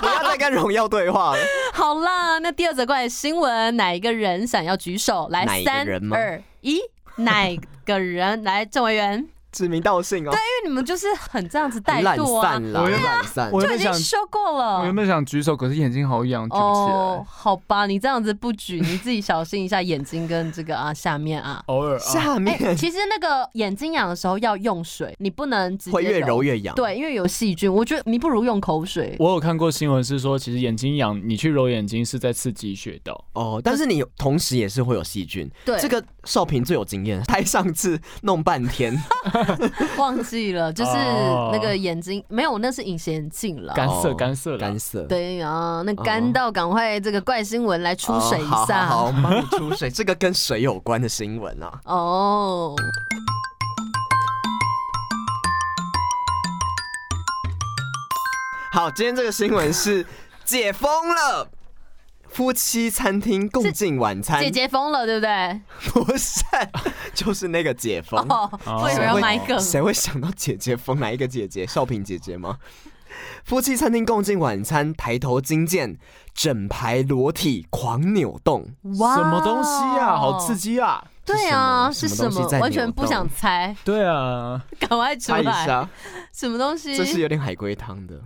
[SPEAKER 3] 不要再跟荣耀对话了。
[SPEAKER 1] 好啦，那第二则怪新闻，哪一个人想要举手？来，
[SPEAKER 3] 哪一个
[SPEAKER 1] 三
[SPEAKER 3] 人吗
[SPEAKER 1] 二一，哪个人？来，郑委员，
[SPEAKER 3] 指名道姓哦，
[SPEAKER 1] 因为你们就是很这样子
[SPEAKER 3] 很
[SPEAKER 1] 怠
[SPEAKER 3] 懒
[SPEAKER 1] 惰啊
[SPEAKER 3] 散，啦，
[SPEAKER 2] 我
[SPEAKER 3] 很
[SPEAKER 2] 原
[SPEAKER 3] 懒散。
[SPEAKER 2] 我原
[SPEAKER 1] 就已
[SPEAKER 2] 本
[SPEAKER 1] 经
[SPEAKER 2] 想，
[SPEAKER 1] 说过
[SPEAKER 2] 我原
[SPEAKER 1] 了。
[SPEAKER 2] 本想举手，可是眼睛好痒，举不起
[SPEAKER 4] 欸
[SPEAKER 1] 哦
[SPEAKER 2] 来。，
[SPEAKER 1] 好吧，你这样子不举，你自己小心一下眼睛跟这个啊下面啊。哎
[SPEAKER 4] 偶尔啊，
[SPEAKER 3] 下面
[SPEAKER 1] 其实那个眼睛痒的时候要用水，你不能直 接
[SPEAKER 3] 会越
[SPEAKER 1] 揉
[SPEAKER 3] 揉越痒。，
[SPEAKER 1] 对，因为有细菌，我觉得你不如用口水。
[SPEAKER 4] 我有看过新闻是说，其实眼睛痒，你去揉眼睛是在刺激穴道。
[SPEAKER 3] 哦，但是你同时也是会有细菌。
[SPEAKER 1] 对，
[SPEAKER 3] 这个少平最有经验， 他上次弄半天，
[SPEAKER 1] 忘记了，就是
[SPEAKER 4] 哦
[SPEAKER 1] 那个眼睛没有，那是隐形眼镜了。
[SPEAKER 4] 干
[SPEAKER 3] 哦
[SPEAKER 4] 涩，干涩了
[SPEAKER 3] 干。涩。
[SPEAKER 1] 对啊，那干到赶快这个怪新闻来出
[SPEAKER 3] 哦，
[SPEAKER 1] 水一
[SPEAKER 3] 好好
[SPEAKER 1] 下。
[SPEAKER 3] 好，我帮你出 水。这个跟水有关的新闻啊，
[SPEAKER 1] 哦，
[SPEAKER 3] 好，今天这个新闻 是解封了，夫妻餐厅共进晚餐，
[SPEAKER 1] 姐姐疯了，对不对？
[SPEAKER 3] 不是，就是那个解封。
[SPEAKER 1] 哦，我以为要买梗。
[SPEAKER 3] 谁会想到姐姐封哪一个姐姐？少平姐姐吗？夫妻餐厅共进晚餐，抬头惊见整排裸体狂扭动，
[SPEAKER 1] 哇
[SPEAKER 4] 什么东西啊？好刺
[SPEAKER 1] 激！
[SPEAKER 4] 激啊！
[SPEAKER 1] 对啊，是
[SPEAKER 3] 是
[SPEAKER 1] 什
[SPEAKER 3] 什么
[SPEAKER 1] 么
[SPEAKER 3] 什么东西？在
[SPEAKER 1] 完全
[SPEAKER 3] 扭
[SPEAKER 1] 不
[SPEAKER 3] 动
[SPEAKER 1] 想猜，
[SPEAKER 4] 对啊，
[SPEAKER 1] 赶快出
[SPEAKER 3] 猜一
[SPEAKER 1] 来。
[SPEAKER 3] 下，
[SPEAKER 1] 什么东西？
[SPEAKER 3] 这是有点海龟汤的。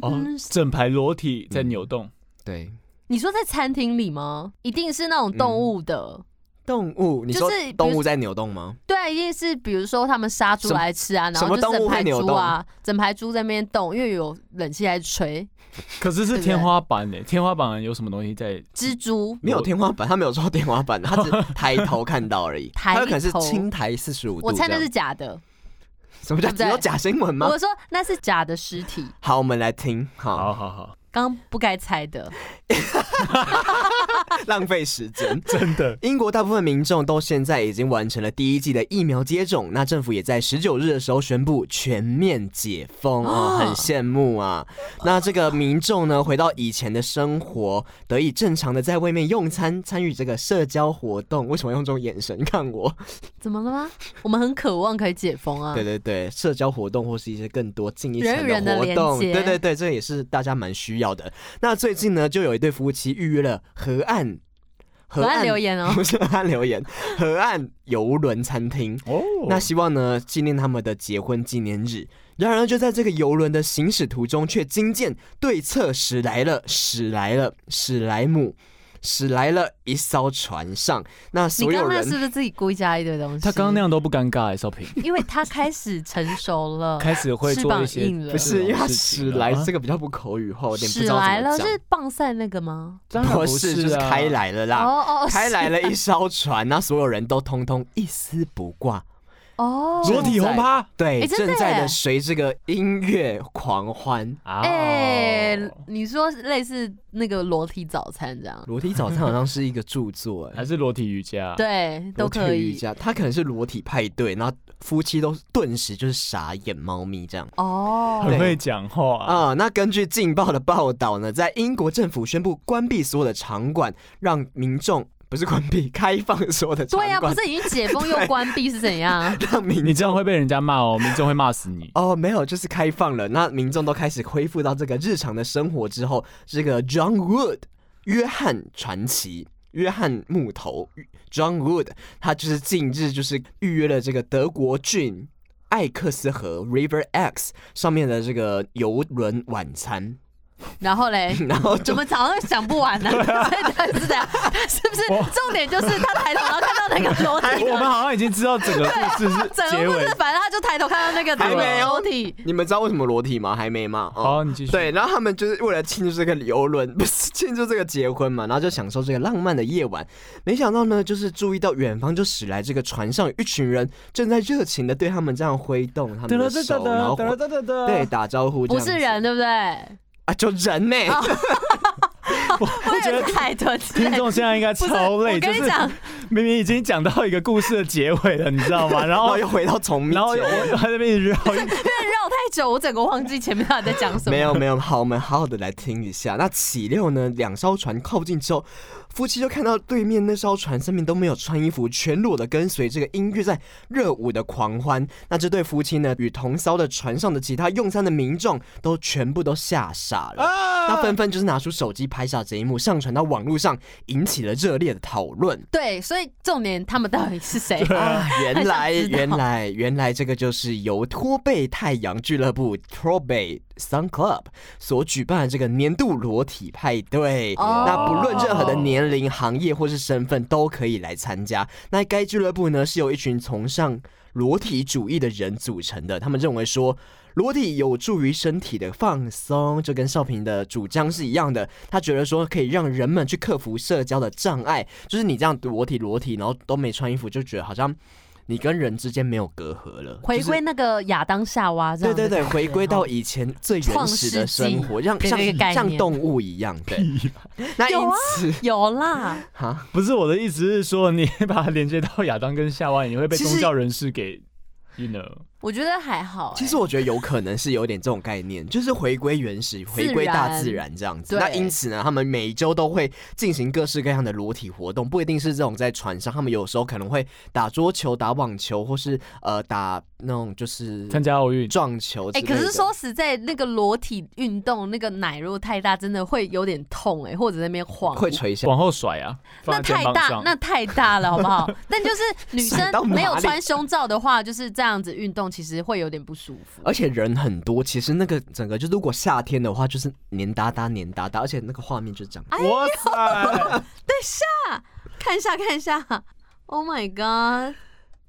[SPEAKER 4] 哦，整排裸体在扭动，
[SPEAKER 3] 对，
[SPEAKER 1] 你说在餐厅里吗？一定是那种动物的。
[SPEAKER 3] 动物，你
[SPEAKER 1] 就
[SPEAKER 3] 说
[SPEAKER 1] 是比如
[SPEAKER 3] 动物在扭动吗？
[SPEAKER 1] 对啊，一定是比如说他们杀猪
[SPEAKER 3] 什么
[SPEAKER 1] 来吃啊，然
[SPEAKER 3] 什
[SPEAKER 1] 后
[SPEAKER 3] 么
[SPEAKER 1] 就
[SPEAKER 3] 动
[SPEAKER 1] 整
[SPEAKER 3] 物
[SPEAKER 1] 排
[SPEAKER 3] 会扭
[SPEAKER 1] 猪啊，整排猪在那边动，因为有冷气来吹。
[SPEAKER 4] 可是
[SPEAKER 1] 对
[SPEAKER 4] 是
[SPEAKER 1] 不对
[SPEAKER 4] 天花板诶，天花板有什么东西在？
[SPEAKER 1] 蜘蛛
[SPEAKER 3] 没有
[SPEAKER 4] 我
[SPEAKER 3] 天花板，他没有说天花板，他只抬头看到而已。
[SPEAKER 1] 抬
[SPEAKER 3] 他有可能是
[SPEAKER 1] 头
[SPEAKER 3] 青抬四十五度
[SPEAKER 1] 我
[SPEAKER 3] 这
[SPEAKER 1] 猜
[SPEAKER 3] 样。
[SPEAKER 1] 那是假的。
[SPEAKER 3] 什么叫
[SPEAKER 1] 对不
[SPEAKER 3] 只
[SPEAKER 1] 对
[SPEAKER 3] 有假新闻吗？
[SPEAKER 1] 我说那是假的尸体，
[SPEAKER 3] 好，我们来听，好，
[SPEAKER 4] 好好好，
[SPEAKER 1] 刚不该猜的。
[SPEAKER 3] 浪费时间。
[SPEAKER 4] 真的
[SPEAKER 3] 英国大部分民众都现在已经完成了第一季的疫苗接种，那政府也在十九日的时候宣布全面解封啊、很羡慕啊。那这个民众呢，回到以前的生活，得以正常的在外面用餐，参与这个社交活动。为什么用这种眼神看我？
[SPEAKER 1] 怎么了吗？我们很渴望可以解封啊
[SPEAKER 3] 对。对对，社交活动或是一些更多近一
[SPEAKER 1] 人与
[SPEAKER 3] 层
[SPEAKER 1] 人的
[SPEAKER 3] 活
[SPEAKER 1] 连
[SPEAKER 3] 动，
[SPEAKER 1] 接
[SPEAKER 3] 对对对，这也是大家蛮需要的。那最近呢，就有一对夫妻预约了河岸。河
[SPEAKER 1] 河岸 留言哦
[SPEAKER 3] 不是河岸留言，河岸游轮餐厅。
[SPEAKER 4] 哦。
[SPEAKER 3] 那希望呢纪念他们的结婚纪念日。然而呢，就在这个游轮的行驶途中，却惊见对侧驶来了驶来了史莱姆，驶来了一艘船上。那
[SPEAKER 1] 你
[SPEAKER 3] 所
[SPEAKER 1] 刚
[SPEAKER 3] 有
[SPEAKER 1] 刚那
[SPEAKER 3] 人
[SPEAKER 1] 是不是自己故意加一堆东西？
[SPEAKER 4] 他刚刚那，样都不尴尬诶，少平
[SPEAKER 1] 因为他开始成熟了，
[SPEAKER 4] 开始会
[SPEAKER 1] 翅
[SPEAKER 4] 做
[SPEAKER 1] 膀
[SPEAKER 4] 一些
[SPEAKER 1] 硬了
[SPEAKER 3] 不是因为他
[SPEAKER 4] 史
[SPEAKER 3] 驶来这个比较不口语化，我有点不
[SPEAKER 1] 屎
[SPEAKER 3] 知道怎
[SPEAKER 1] 来
[SPEAKER 3] 么
[SPEAKER 1] 了
[SPEAKER 3] 讲
[SPEAKER 1] 是。棒赛那个吗？
[SPEAKER 4] 当然
[SPEAKER 3] 不
[SPEAKER 4] 不
[SPEAKER 3] 是，
[SPEAKER 4] 是
[SPEAKER 3] 就是
[SPEAKER 4] 啊
[SPEAKER 3] 开来了啦，
[SPEAKER 1] 哦哦，
[SPEAKER 3] 开
[SPEAKER 1] 是
[SPEAKER 3] 来了一艘船，那所有人都通通一丝不挂，
[SPEAKER 1] 哦，
[SPEAKER 4] 裸体
[SPEAKER 3] 在
[SPEAKER 4] 红趴
[SPEAKER 3] 对，
[SPEAKER 1] 诶真的
[SPEAKER 3] 正在
[SPEAKER 1] 耶
[SPEAKER 3] 的随这个音乐狂欢。
[SPEAKER 4] 啊
[SPEAKER 1] 哎、
[SPEAKER 3] 哦
[SPEAKER 1] 你说类似那个裸体早餐这样，
[SPEAKER 3] 裸体早餐好像是一个著作、哎
[SPEAKER 4] 还是裸体瑜伽？，
[SPEAKER 1] 对， 都可以。
[SPEAKER 3] 家，他可能是裸体派对，然后夫妻都顿时就是傻眼猫咪这样。
[SPEAKER 1] 哦，
[SPEAKER 4] 很会讲话啊。
[SPEAKER 3] 啊、那根据《劲爆》的报道呢，在英国政府宣布关闭所有的场馆，让民众不是关闭，开放所有的场
[SPEAKER 1] 对
[SPEAKER 3] 馆，
[SPEAKER 1] 呀、不是已经解封又关闭是怎样？
[SPEAKER 3] 让民
[SPEAKER 4] 你这样会被人家骂哦，民众会骂死 你。
[SPEAKER 3] 哦，没有，就是开放了。那民众都开始恢复到这个日常的生活之后，这个 John Wood 约翰传奇。约翰木头 John Wood，他就是近日就是预约了这个德国郡艾克斯河 River X 上面的这个游轮晚餐，
[SPEAKER 1] 然后嘞，
[SPEAKER 3] 然后
[SPEAKER 1] 怎
[SPEAKER 3] 就
[SPEAKER 1] 么早上想不完呢、 啊？对是这样，是不是？重点就是他抬头然后看到那个裸体，
[SPEAKER 4] 哎
[SPEAKER 3] 啊
[SPEAKER 4] 我们好像已经知道整个故事是
[SPEAKER 1] 整
[SPEAKER 4] 结
[SPEAKER 1] 个故
[SPEAKER 4] 尾
[SPEAKER 1] 事，反正他就抬头看到那个
[SPEAKER 3] 还没有
[SPEAKER 1] 裸体。
[SPEAKER 3] 你们知道为什么裸体吗？还没吗？哦
[SPEAKER 4] 好，你继续。
[SPEAKER 3] 对，然后他们就是为了庆祝这个游轮，不是庆祝这个结婚嘛，然后就享受这个浪漫的夜晚。没想到呢，就是注意到远方就驶来这个船上有一群人正在热情的对他们这样挥动他们的手，然后挥
[SPEAKER 4] 哒哒
[SPEAKER 3] 对打招呼这
[SPEAKER 1] 不
[SPEAKER 3] 样子，
[SPEAKER 1] 是人，对不对？
[SPEAKER 3] 啊，就人 呢、
[SPEAKER 1] 我以为是海豚之类
[SPEAKER 4] 听
[SPEAKER 1] 的。
[SPEAKER 4] 众现在应该
[SPEAKER 1] 不是，
[SPEAKER 4] 超
[SPEAKER 1] 我
[SPEAKER 4] 累，
[SPEAKER 1] 跟
[SPEAKER 4] 就
[SPEAKER 1] 你
[SPEAKER 4] 是
[SPEAKER 1] 讲，
[SPEAKER 4] 明明已经讲到 一个故事的结尾了，你知道吗？然
[SPEAKER 3] 然
[SPEAKER 4] 后
[SPEAKER 3] 后又回到从
[SPEAKER 4] 然后
[SPEAKER 3] 密
[SPEAKER 4] 我在那边一直绕，
[SPEAKER 1] 因为绕久，我整个忘记前面到底在讲什么。
[SPEAKER 3] 没有没有，好，我们好好的来听一下。那起六呢，两艘船靠近之后，夫妻就看到对面那艘船上面都没有穿衣服，全裸的跟随这个音乐在热舞的狂欢。那这对夫妻呢，与同艘的船上的其他用餐的民众都全部都吓傻了，
[SPEAKER 1] 啊
[SPEAKER 3] 那纷纷就是拿出手机拍下这一幕，上传到网络上，引起了热烈的讨论。
[SPEAKER 1] 对，所以重点他们到底是谁？
[SPEAKER 3] 啊，原来
[SPEAKER 1] 很想知道
[SPEAKER 3] 原来原来这个就是由托贝太阳俱乐部 （Torbay Sun Club） 所举办的这个年度裸体派对。
[SPEAKER 1] 哦
[SPEAKER 3] 那不论任何的年龄、行业或是身份，都可以来参加。那该俱乐部呢，是由一群崇尚裸体主义的人组成的，他们认为说。裸体有助于身体的放松，就跟少平的主张是一样的。他觉得说可以让人们去克服社交的障碍，就是你这样裸体裸体，然后都没穿衣服，就觉得好像你跟人之间没有隔阂了，
[SPEAKER 1] 回
[SPEAKER 3] 就是
[SPEAKER 1] 归那个亚当夏娃这
[SPEAKER 3] 对
[SPEAKER 1] 样的
[SPEAKER 3] 对
[SPEAKER 1] 感觉。
[SPEAKER 3] 对，回归到
[SPEAKER 1] 哦
[SPEAKER 3] 以前最原始的生活，让
[SPEAKER 1] 对
[SPEAKER 3] 像
[SPEAKER 1] 这个概念
[SPEAKER 3] 像动物一样， 对。那因
[SPEAKER 1] 有啊
[SPEAKER 3] 此
[SPEAKER 1] 有啊啦，
[SPEAKER 3] 哈，
[SPEAKER 4] 不是我的意思是说，你 把它连接到亚当跟夏娃，你会被
[SPEAKER 3] 其
[SPEAKER 4] 宗
[SPEAKER 3] 实
[SPEAKER 4] 教人士给，you know，
[SPEAKER 1] 我觉得还好、欸
[SPEAKER 3] 其实我觉得有可能是有点这种概念， 就是回归原始，回归大自然这样子。
[SPEAKER 1] 对
[SPEAKER 3] 那因此呢，他们每一周都会进行各式各样的裸体活动，不一定是这种在船上，他们有时候可能会打桌球、打网球，或是呃打那种就是
[SPEAKER 4] 参加奥运，
[SPEAKER 3] 撞球之
[SPEAKER 1] 哎、
[SPEAKER 3] 类的。
[SPEAKER 1] 可是哎说实在，那个裸体运动，那个奶如果太大，真的会有点痛哎、或者在那边晃。
[SPEAKER 3] 会垂下。
[SPEAKER 4] 往后甩啊，
[SPEAKER 1] 那
[SPEAKER 4] 放在
[SPEAKER 1] 太
[SPEAKER 4] 肩膀
[SPEAKER 1] 大
[SPEAKER 4] 上，
[SPEAKER 1] 那太大了，好不 好？但就是女
[SPEAKER 3] 甩到
[SPEAKER 1] 生
[SPEAKER 3] 哪
[SPEAKER 1] 没有
[SPEAKER 3] 里
[SPEAKER 1] 穿胸罩的话，就是这样子运动，其实会有点不舒服。
[SPEAKER 3] 而且人很多，其实那个整个就如果夏天的话，就是黏哒哒黏哒哒，而且那个画面就这样。
[SPEAKER 1] 哎
[SPEAKER 4] 哇塞，
[SPEAKER 1] 看一下，看一下，Oh my god，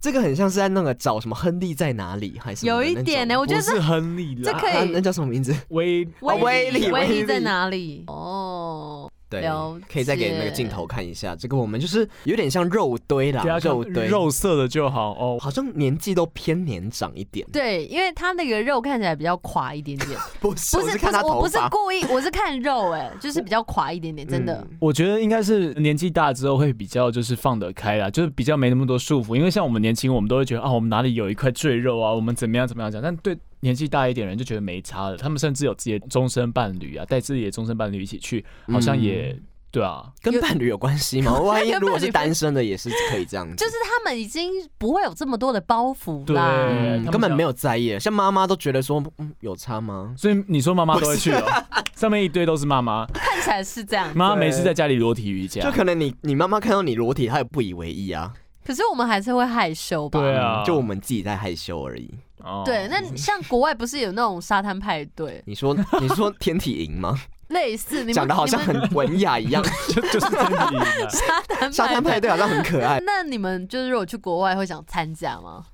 [SPEAKER 3] 这个很像是在那个找什么亨利在哪里，还是什么
[SPEAKER 1] 有
[SPEAKER 3] 的
[SPEAKER 1] 一
[SPEAKER 3] 那
[SPEAKER 1] 点呢、
[SPEAKER 3] 种
[SPEAKER 1] 我觉得
[SPEAKER 4] 不是亨利啦，
[SPEAKER 1] 这可以
[SPEAKER 3] 啊那叫什么名字？
[SPEAKER 4] 威
[SPEAKER 3] 哦威力
[SPEAKER 1] 威
[SPEAKER 3] 威
[SPEAKER 1] 力在
[SPEAKER 3] 力
[SPEAKER 1] 哪里？哦，
[SPEAKER 3] 对
[SPEAKER 1] 了解，
[SPEAKER 3] 可以再给那个镜头看一下。这个我们就是有点啊像肉堆啦
[SPEAKER 4] 给他，
[SPEAKER 3] 肉堆，
[SPEAKER 4] 肉色的就好哦。
[SPEAKER 3] 好像年纪都偏年长一点。
[SPEAKER 1] 对，因为他那个肉看起来比较垮一点 点，
[SPEAKER 3] 不是，
[SPEAKER 1] 不
[SPEAKER 3] 我
[SPEAKER 1] 是不
[SPEAKER 3] 看他
[SPEAKER 1] 是，我
[SPEAKER 3] 头
[SPEAKER 1] 不是
[SPEAKER 3] 发，
[SPEAKER 1] 故意，我是看肉、哎，就是比较垮一点点，真的。
[SPEAKER 3] 嗯
[SPEAKER 4] 我觉得应该是年纪大之后会比较就是放得开啦，就是比较没那么多束缚。因为像我们年轻，我们都会觉得啊，我们哪里有一块赘肉啊，我们怎么样怎么样讲。但对年纪大一点的人就觉得没差了，他们甚至有自己的终身伴侣啊，带自己的终身伴侣一起去，
[SPEAKER 3] 嗯
[SPEAKER 4] 好像也、对啊。
[SPEAKER 3] 跟伴侣有关系吗？ 万一
[SPEAKER 1] 跟伴侣
[SPEAKER 3] 如果是单身的，也是可以这样子，
[SPEAKER 1] 就是他们已经不会有这么多的包袱
[SPEAKER 4] 对
[SPEAKER 1] 啦。
[SPEAKER 4] 他
[SPEAKER 3] 嗯
[SPEAKER 4] 们
[SPEAKER 3] 根本
[SPEAKER 4] 讲
[SPEAKER 3] 没有在意。像妈妈都觉得说，嗯，有差吗？
[SPEAKER 4] 所以你说妈妈都会去哦， 上面一堆都是妈妈，
[SPEAKER 1] 看起来是这样，
[SPEAKER 4] 妈妈
[SPEAKER 3] 对
[SPEAKER 4] 没事在家里裸体瑜
[SPEAKER 3] 就
[SPEAKER 4] 伽，
[SPEAKER 3] 可能你你妈妈看到你裸体，她也不以为意啊。
[SPEAKER 1] 可是我们还是会害羞吧？
[SPEAKER 4] 对啊，
[SPEAKER 3] 就我们自己在害羞而已。
[SPEAKER 4] 哦
[SPEAKER 1] 对，那像国外不是有那种沙滩派对，
[SPEAKER 3] 你说你说天体营吗？
[SPEAKER 1] 类似 你们
[SPEAKER 3] 讲的好像
[SPEAKER 1] 你
[SPEAKER 3] 很
[SPEAKER 1] 们
[SPEAKER 3] 文雅一 样，
[SPEAKER 4] 就就是这里啊
[SPEAKER 1] 沙滩派
[SPEAKER 3] 沙滩派对好像很可 爱。
[SPEAKER 1] 那你们就是如果去国外会想参加吗？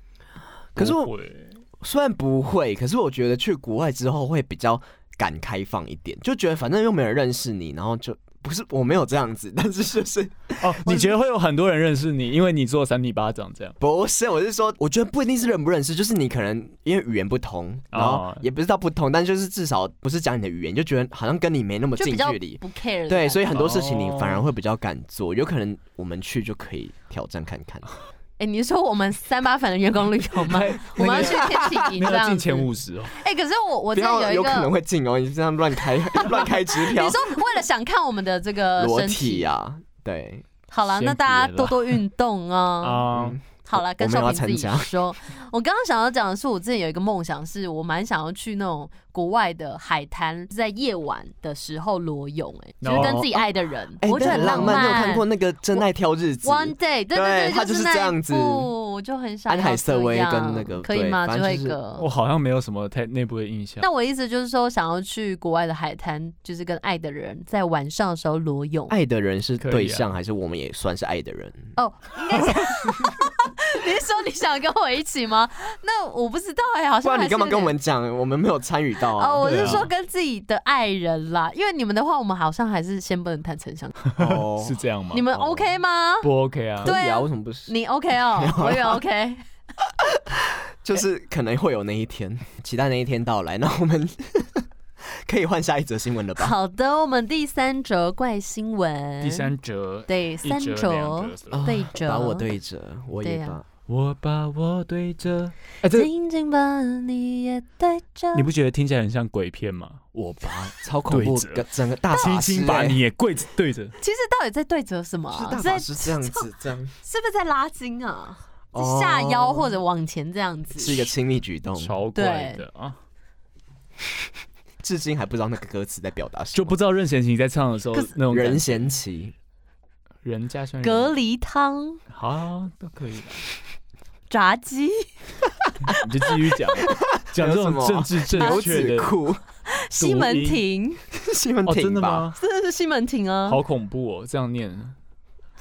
[SPEAKER 3] 可是
[SPEAKER 4] 不
[SPEAKER 3] 我
[SPEAKER 4] 会
[SPEAKER 3] 虽然不会，可是我觉得去国外之后会比较敢开放一点，就觉得反正又没人认识你，然后就不是我没有这样子，但是就是
[SPEAKER 4] 哦，你觉得会有很多人认识你，因为你做三米巴掌这样。
[SPEAKER 3] 不是，我是说，我觉得不一定是认不认识，就是你可能因为语言不同，然后
[SPEAKER 4] 哦
[SPEAKER 3] 也不知道不同，但就是至少不是讲你的语言，就觉得好像跟你没那么
[SPEAKER 1] 就
[SPEAKER 3] 近
[SPEAKER 1] 比较
[SPEAKER 3] 距离。
[SPEAKER 1] 不 care 的
[SPEAKER 3] 对，
[SPEAKER 1] 感觉
[SPEAKER 3] 所以很多事情你
[SPEAKER 4] 哦
[SPEAKER 3] 反而会比较敢做，有可能我们去就可以挑战看看。
[SPEAKER 1] 哎、你说我们三八粉的员工旅 游吗？我们要去天体营
[SPEAKER 4] 没
[SPEAKER 1] 这
[SPEAKER 4] 有
[SPEAKER 1] 样
[SPEAKER 4] 进
[SPEAKER 1] 子
[SPEAKER 4] 前。五十哦，
[SPEAKER 1] 哎、可是我我
[SPEAKER 3] 不
[SPEAKER 1] 真
[SPEAKER 3] 要
[SPEAKER 1] 的
[SPEAKER 3] 有
[SPEAKER 1] 一
[SPEAKER 3] 可能
[SPEAKER 1] 个，
[SPEAKER 3] 会进哦，你这样乱 开乱开支
[SPEAKER 1] 你
[SPEAKER 3] 票，
[SPEAKER 1] 说为了想看我们的这个
[SPEAKER 3] 裸
[SPEAKER 1] 身
[SPEAKER 3] 体
[SPEAKER 1] 体，
[SPEAKER 3] 啊，对，
[SPEAKER 1] 好了，那
[SPEAKER 4] 先
[SPEAKER 1] 大家
[SPEAKER 4] 别了
[SPEAKER 1] 多多运动 啊。
[SPEAKER 4] 啊，
[SPEAKER 1] 好了，跟
[SPEAKER 3] 我没有
[SPEAKER 1] 少
[SPEAKER 3] 要
[SPEAKER 1] 平自己
[SPEAKER 3] 参加
[SPEAKER 1] 说。我刚刚想要讲的是，我之前有一个梦想，是我蛮想要去那种国外的海滩，在夜晚的时候裸泳、哎，就是跟自己爱的人，
[SPEAKER 3] 哦哎、
[SPEAKER 1] 我觉得
[SPEAKER 3] 那很浪
[SPEAKER 1] 漫。
[SPEAKER 3] 漫。你有看过那个《真爱挑日子》
[SPEAKER 1] One Day？对对，
[SPEAKER 3] 对它
[SPEAKER 1] 就
[SPEAKER 3] 就是
[SPEAKER 1] 那
[SPEAKER 3] 这
[SPEAKER 1] 一
[SPEAKER 3] 样子
[SPEAKER 1] 部我就很想要
[SPEAKER 3] 安海瑟薇
[SPEAKER 1] 这样
[SPEAKER 3] 跟那个
[SPEAKER 1] 可以
[SPEAKER 3] 对
[SPEAKER 1] 吗？
[SPEAKER 3] 反
[SPEAKER 1] 智
[SPEAKER 3] 正
[SPEAKER 1] 慧
[SPEAKER 3] 就是
[SPEAKER 1] 哥，
[SPEAKER 4] 我好像没有什么太内部的印象。
[SPEAKER 1] 那我意思就是说，想要去国外的海滩，就是跟爱的人在晚上的时候裸泳。
[SPEAKER 3] 爱的人是
[SPEAKER 4] 可以
[SPEAKER 3] 对
[SPEAKER 4] 啊
[SPEAKER 3] 象，还是我们也算是爱的人？
[SPEAKER 1] 哦，应该是。你是说你想跟我一起吗？那我不知道哎、好
[SPEAKER 3] 不
[SPEAKER 1] 像
[SPEAKER 3] 然
[SPEAKER 1] 还
[SPEAKER 3] 你
[SPEAKER 1] 是
[SPEAKER 3] 干嘛
[SPEAKER 1] 有
[SPEAKER 3] 跟我
[SPEAKER 1] 点
[SPEAKER 3] 们讲？我们没有参与到、啊。
[SPEAKER 1] 哦，我
[SPEAKER 4] 对
[SPEAKER 1] 是
[SPEAKER 4] 啊
[SPEAKER 1] 说跟自己的爱人啦，因为你们的话，我们好像还是先不能谈成相。
[SPEAKER 3] 哦
[SPEAKER 4] 是这样吗？
[SPEAKER 1] 你们 OK 吗？
[SPEAKER 4] 不 OK 啊？
[SPEAKER 1] 对
[SPEAKER 3] 可以
[SPEAKER 1] 啊
[SPEAKER 3] 啊，为什么不 是？啊
[SPEAKER 1] 你 OK 哦，我也 OK。
[SPEAKER 3] 就是可能会有那一天，期待那一天到来。那我们 可以换下一则新闻了吧？
[SPEAKER 1] 好的，我们第三折怪新闻。
[SPEAKER 4] 第三折，
[SPEAKER 1] 对
[SPEAKER 4] 一
[SPEAKER 1] 三
[SPEAKER 4] 折
[SPEAKER 1] 折
[SPEAKER 4] 两折
[SPEAKER 1] 对折，
[SPEAKER 3] 把我对折，我
[SPEAKER 1] 对
[SPEAKER 3] 也
[SPEAKER 1] 啊
[SPEAKER 3] 把、
[SPEAKER 4] 我把我对着，哎，这
[SPEAKER 1] 紧紧把你也对着
[SPEAKER 4] 你不觉得听起来很像鬼片吗？我把
[SPEAKER 3] 超恐怖
[SPEAKER 4] 对折，
[SPEAKER 3] 整个大
[SPEAKER 4] 轻
[SPEAKER 3] 法师、
[SPEAKER 4] 轻把
[SPEAKER 3] 哎
[SPEAKER 4] 你也跪着对着，
[SPEAKER 1] 其实到底在对折什么啊、
[SPEAKER 3] 是大
[SPEAKER 1] 在
[SPEAKER 3] 法师这样子，这样
[SPEAKER 1] 是不是在拉筋啊？
[SPEAKER 3] 哦
[SPEAKER 1] 是下腰或者往前这样子，
[SPEAKER 3] 是一个亲密举动，
[SPEAKER 4] 超怪的啊！
[SPEAKER 3] 至今还不知道那个歌词在表达什么，
[SPEAKER 4] 就不知道任贤齐在唱的时候
[SPEAKER 1] 可是
[SPEAKER 4] 那种感
[SPEAKER 3] 任贤齐
[SPEAKER 4] 人家虽然
[SPEAKER 1] 隔离汤、
[SPEAKER 4] 好啊都可以啦，
[SPEAKER 1] 炸 鸡，
[SPEAKER 4] 你就继续讲讲这种
[SPEAKER 3] 还有什么
[SPEAKER 4] 政治正
[SPEAKER 3] 牛
[SPEAKER 4] 确
[SPEAKER 3] 子
[SPEAKER 4] 的
[SPEAKER 3] 裤，
[SPEAKER 1] 西门町，
[SPEAKER 3] 西门
[SPEAKER 4] 哦，真
[SPEAKER 3] 町
[SPEAKER 4] 的
[SPEAKER 3] 吧？
[SPEAKER 4] 吗？
[SPEAKER 1] 真的是西门町啊！
[SPEAKER 4] 好恐怖哦，这样念
[SPEAKER 3] 啊